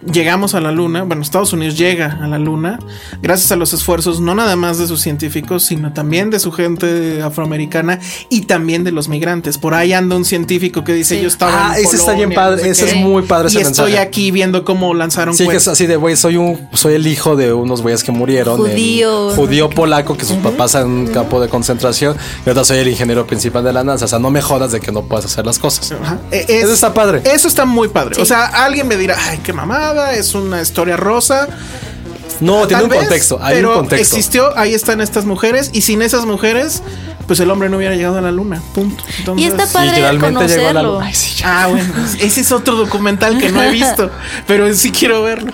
[SPEAKER 5] llegamos a la luna. Bueno, Estados Unidos llega a la luna gracias a los esfuerzos no nada más de sus científicos, sino también de su gente afroamericana y también de los migrantes. Por ahí anda un científico que dice:
[SPEAKER 6] Sí.
[SPEAKER 5] Yo estaba.
[SPEAKER 7] Ah,
[SPEAKER 5] en
[SPEAKER 7] ese está
[SPEAKER 5] Polonia,
[SPEAKER 7] bien padre,
[SPEAKER 5] no sé
[SPEAKER 7] ese
[SPEAKER 5] qué,
[SPEAKER 7] es muy padre
[SPEAKER 5] Y
[SPEAKER 7] ese
[SPEAKER 5] estoy
[SPEAKER 7] mensaje".
[SPEAKER 5] aquí viendo cómo lanzaron
[SPEAKER 7] Sí, que
[SPEAKER 5] cohetes".
[SPEAKER 7] es así de güey, soy un, soy el hijo de unos güeyes que murieron. el
[SPEAKER 6] Judío.
[SPEAKER 7] Judío polaco que sus papás en un campo de concentración. Y ahora soy el ingeniero principal de la NASA. O sea, no me jodas de que no puedas hacer las cosas.
[SPEAKER 5] Ajá. E- es-
[SPEAKER 7] Eso está padre.
[SPEAKER 5] Eso está muy padre.
[SPEAKER 6] Sí.
[SPEAKER 5] O sea, alguien me dirá, ay, qué mamada, es una historia rosa.
[SPEAKER 7] No, Oh, tiene
[SPEAKER 5] Tal
[SPEAKER 7] un
[SPEAKER 5] vez,
[SPEAKER 7] contexto. Hay
[SPEAKER 5] pero
[SPEAKER 7] un contexto.
[SPEAKER 5] Existió, ahí están estas mujeres, y sin esas mujeres, pues el hombre no hubiera llegado a la luna. Punto.
[SPEAKER 6] Y
[SPEAKER 5] Entonces-
[SPEAKER 6] está padre
[SPEAKER 7] Literalmente llegó a la
[SPEAKER 6] conocerlo.
[SPEAKER 7] luna. Ay, sí, ya.
[SPEAKER 5] Ah, bueno, ese es otro documental que no he visto, pero sí quiero verlo.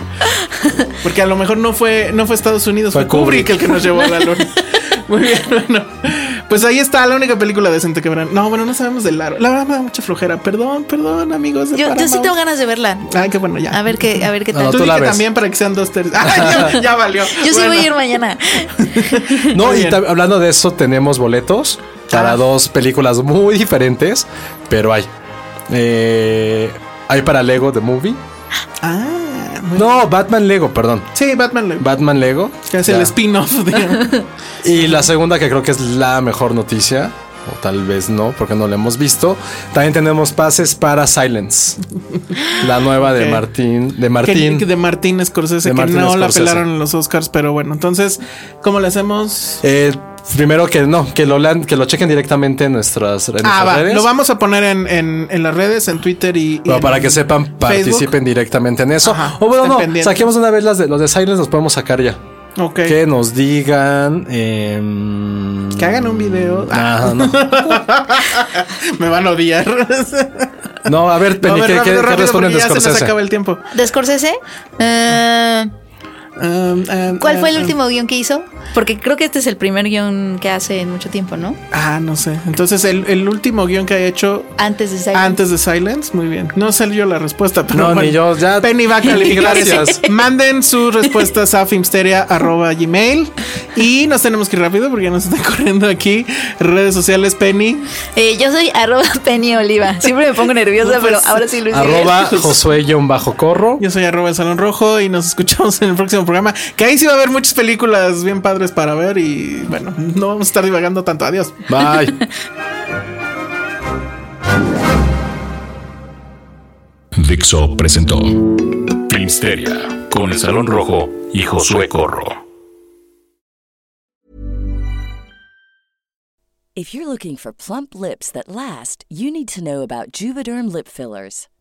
[SPEAKER 5] Porque a lo mejor no fue, no fue Estados Unidos,
[SPEAKER 7] Fue
[SPEAKER 5] fue, Kubrick,
[SPEAKER 7] Kubrick.
[SPEAKER 5] el que nos llevó a
[SPEAKER 7] <laughs>
[SPEAKER 5] la luna. Muy bien, bueno. Pues ahí está la única película decente que verán. No, bueno, no sabemos del Laro. La verdad me da mucha flojera. Perdón, perdón, amigos. de
[SPEAKER 6] Yo, yo sí
[SPEAKER 5] Paramount.
[SPEAKER 6] tengo ganas de verla.
[SPEAKER 5] Ay, qué bueno, ya.
[SPEAKER 6] A ver qué, a ver qué
[SPEAKER 7] No,
[SPEAKER 6] tal.
[SPEAKER 7] no,
[SPEAKER 5] Tú,
[SPEAKER 7] Tú la
[SPEAKER 5] dije
[SPEAKER 7] ves.
[SPEAKER 5] también para que sean dos tercios. <laughs> Ah, ya, ya valió.
[SPEAKER 6] Yo sí voy a
[SPEAKER 5] Bueno.
[SPEAKER 6] ir mañana.
[SPEAKER 5] <laughs>
[SPEAKER 7] No,
[SPEAKER 5] Muy
[SPEAKER 7] y
[SPEAKER 5] bien.
[SPEAKER 7] tam- hablando de eso, tenemos boletos para
[SPEAKER 5] Ah.
[SPEAKER 7] dos películas muy diferentes, pero hay. Eh, hay para Lego The Movie.
[SPEAKER 5] Ah, muy-
[SPEAKER 7] No, Batman Lego, perdón.
[SPEAKER 5] Sí, Batman Lego.
[SPEAKER 7] Batman Lego.
[SPEAKER 5] que es
[SPEAKER 7] Ya.
[SPEAKER 5] el spin-off.
[SPEAKER 7] <laughs>
[SPEAKER 5] digamos.
[SPEAKER 7] Y la segunda, que creo que es la mejor noticia, o tal vez no, porque no la hemos visto. También tenemos pases para
[SPEAKER 5] <laughs>
[SPEAKER 7] Silence, la nueva de
[SPEAKER 5] Ok.
[SPEAKER 7] Martín. De
[SPEAKER 5] Que-
[SPEAKER 7] Martín.
[SPEAKER 5] de Martín Scorsese,
[SPEAKER 7] De
[SPEAKER 5] que
[SPEAKER 7] Martin
[SPEAKER 5] no la
[SPEAKER 7] Scorsese.
[SPEAKER 5] pelaron en los Oscars, pero bueno. Entonces, ¿cómo le hacemos?
[SPEAKER 7] Eh, Primero que no, que lo, lean- que lo chequen directamente en nuestras, en
[SPEAKER 5] Ah,
[SPEAKER 7] nuestras
[SPEAKER 5] va.
[SPEAKER 7] redes.
[SPEAKER 5] Lo vamos a poner en, en- en las redes, en Twitter y. y
[SPEAKER 7] Pero
[SPEAKER 5] en
[SPEAKER 7] para que sepan,
[SPEAKER 5] Facebook.
[SPEAKER 7] participen directamente en eso.
[SPEAKER 5] Ajá,
[SPEAKER 7] o bueno,
[SPEAKER 5] estén
[SPEAKER 7] no,
[SPEAKER 5] pendientes.
[SPEAKER 7] saquemos de una vez las de, los de Silence, los podemos sacar ya.
[SPEAKER 5] Ok.
[SPEAKER 7] Que nos digan. em,
[SPEAKER 5] Que hagan un video.
[SPEAKER 7] Ajá, no.
[SPEAKER 5] Me van
[SPEAKER 7] <laughs>
[SPEAKER 5] a odiar.
[SPEAKER 7] No,
[SPEAKER 5] <laughs>
[SPEAKER 7] a ver, Penny,
[SPEAKER 5] A ver,
[SPEAKER 7] ¿qué,
[SPEAKER 5] rápido,
[SPEAKER 7] qué- qué
[SPEAKER 5] rápido,
[SPEAKER 7] responden de
[SPEAKER 5] porque ya se nos
[SPEAKER 7] Scorsese?
[SPEAKER 5] acaba el tiempo.
[SPEAKER 6] ¿De Scorsese? Eh,
[SPEAKER 5] Um, um,
[SPEAKER 6] ¿Cuál fue el
[SPEAKER 5] um,
[SPEAKER 6] último guión que hizo? Porque creo que este es el primer guión que hace en mucho tiempo, ¿no?
[SPEAKER 5] Ah, no sé. Entonces, el, el último guión que ha hecho
[SPEAKER 6] Antes de Silence.
[SPEAKER 5] antes de Silence, muy bien. No salió la respuesta, pero
[SPEAKER 7] No, ni
[SPEAKER 5] bueno,
[SPEAKER 7] yo, ya.
[SPEAKER 6] <laughs>
[SPEAKER 5] Penny va a calificar
[SPEAKER 7] Gracias.
[SPEAKER 5] eso. Manden sus respuestas a filmsteria.gmail y nos tenemos que ir rápido porque ya nos están corriendo aquí. Redes sociales, Penny.
[SPEAKER 6] Eh, yo soy <laughs> arroba Penny Oliva. Siempre me pongo nerviosa,
[SPEAKER 5] No, pues,
[SPEAKER 6] pero ahora sí lo hice.
[SPEAKER 7] Arroba
[SPEAKER 5] <laughs>
[SPEAKER 7] Josué-Corro.
[SPEAKER 5] Yo soy arroba el Salón Rojo y nos escuchamos en el próximo programa. Que ahí sí va a haber muchas películas bien padres para ver y bueno, no vamos a estar divagando tanto. Adiós.
[SPEAKER 7] Bye.
[SPEAKER 3] Dixo presentó Filmsteria con el Salón Rojo y Josué Corro.
[SPEAKER 8] If you're looking for plump lips that last, you need to know about Juvederm lip fillers.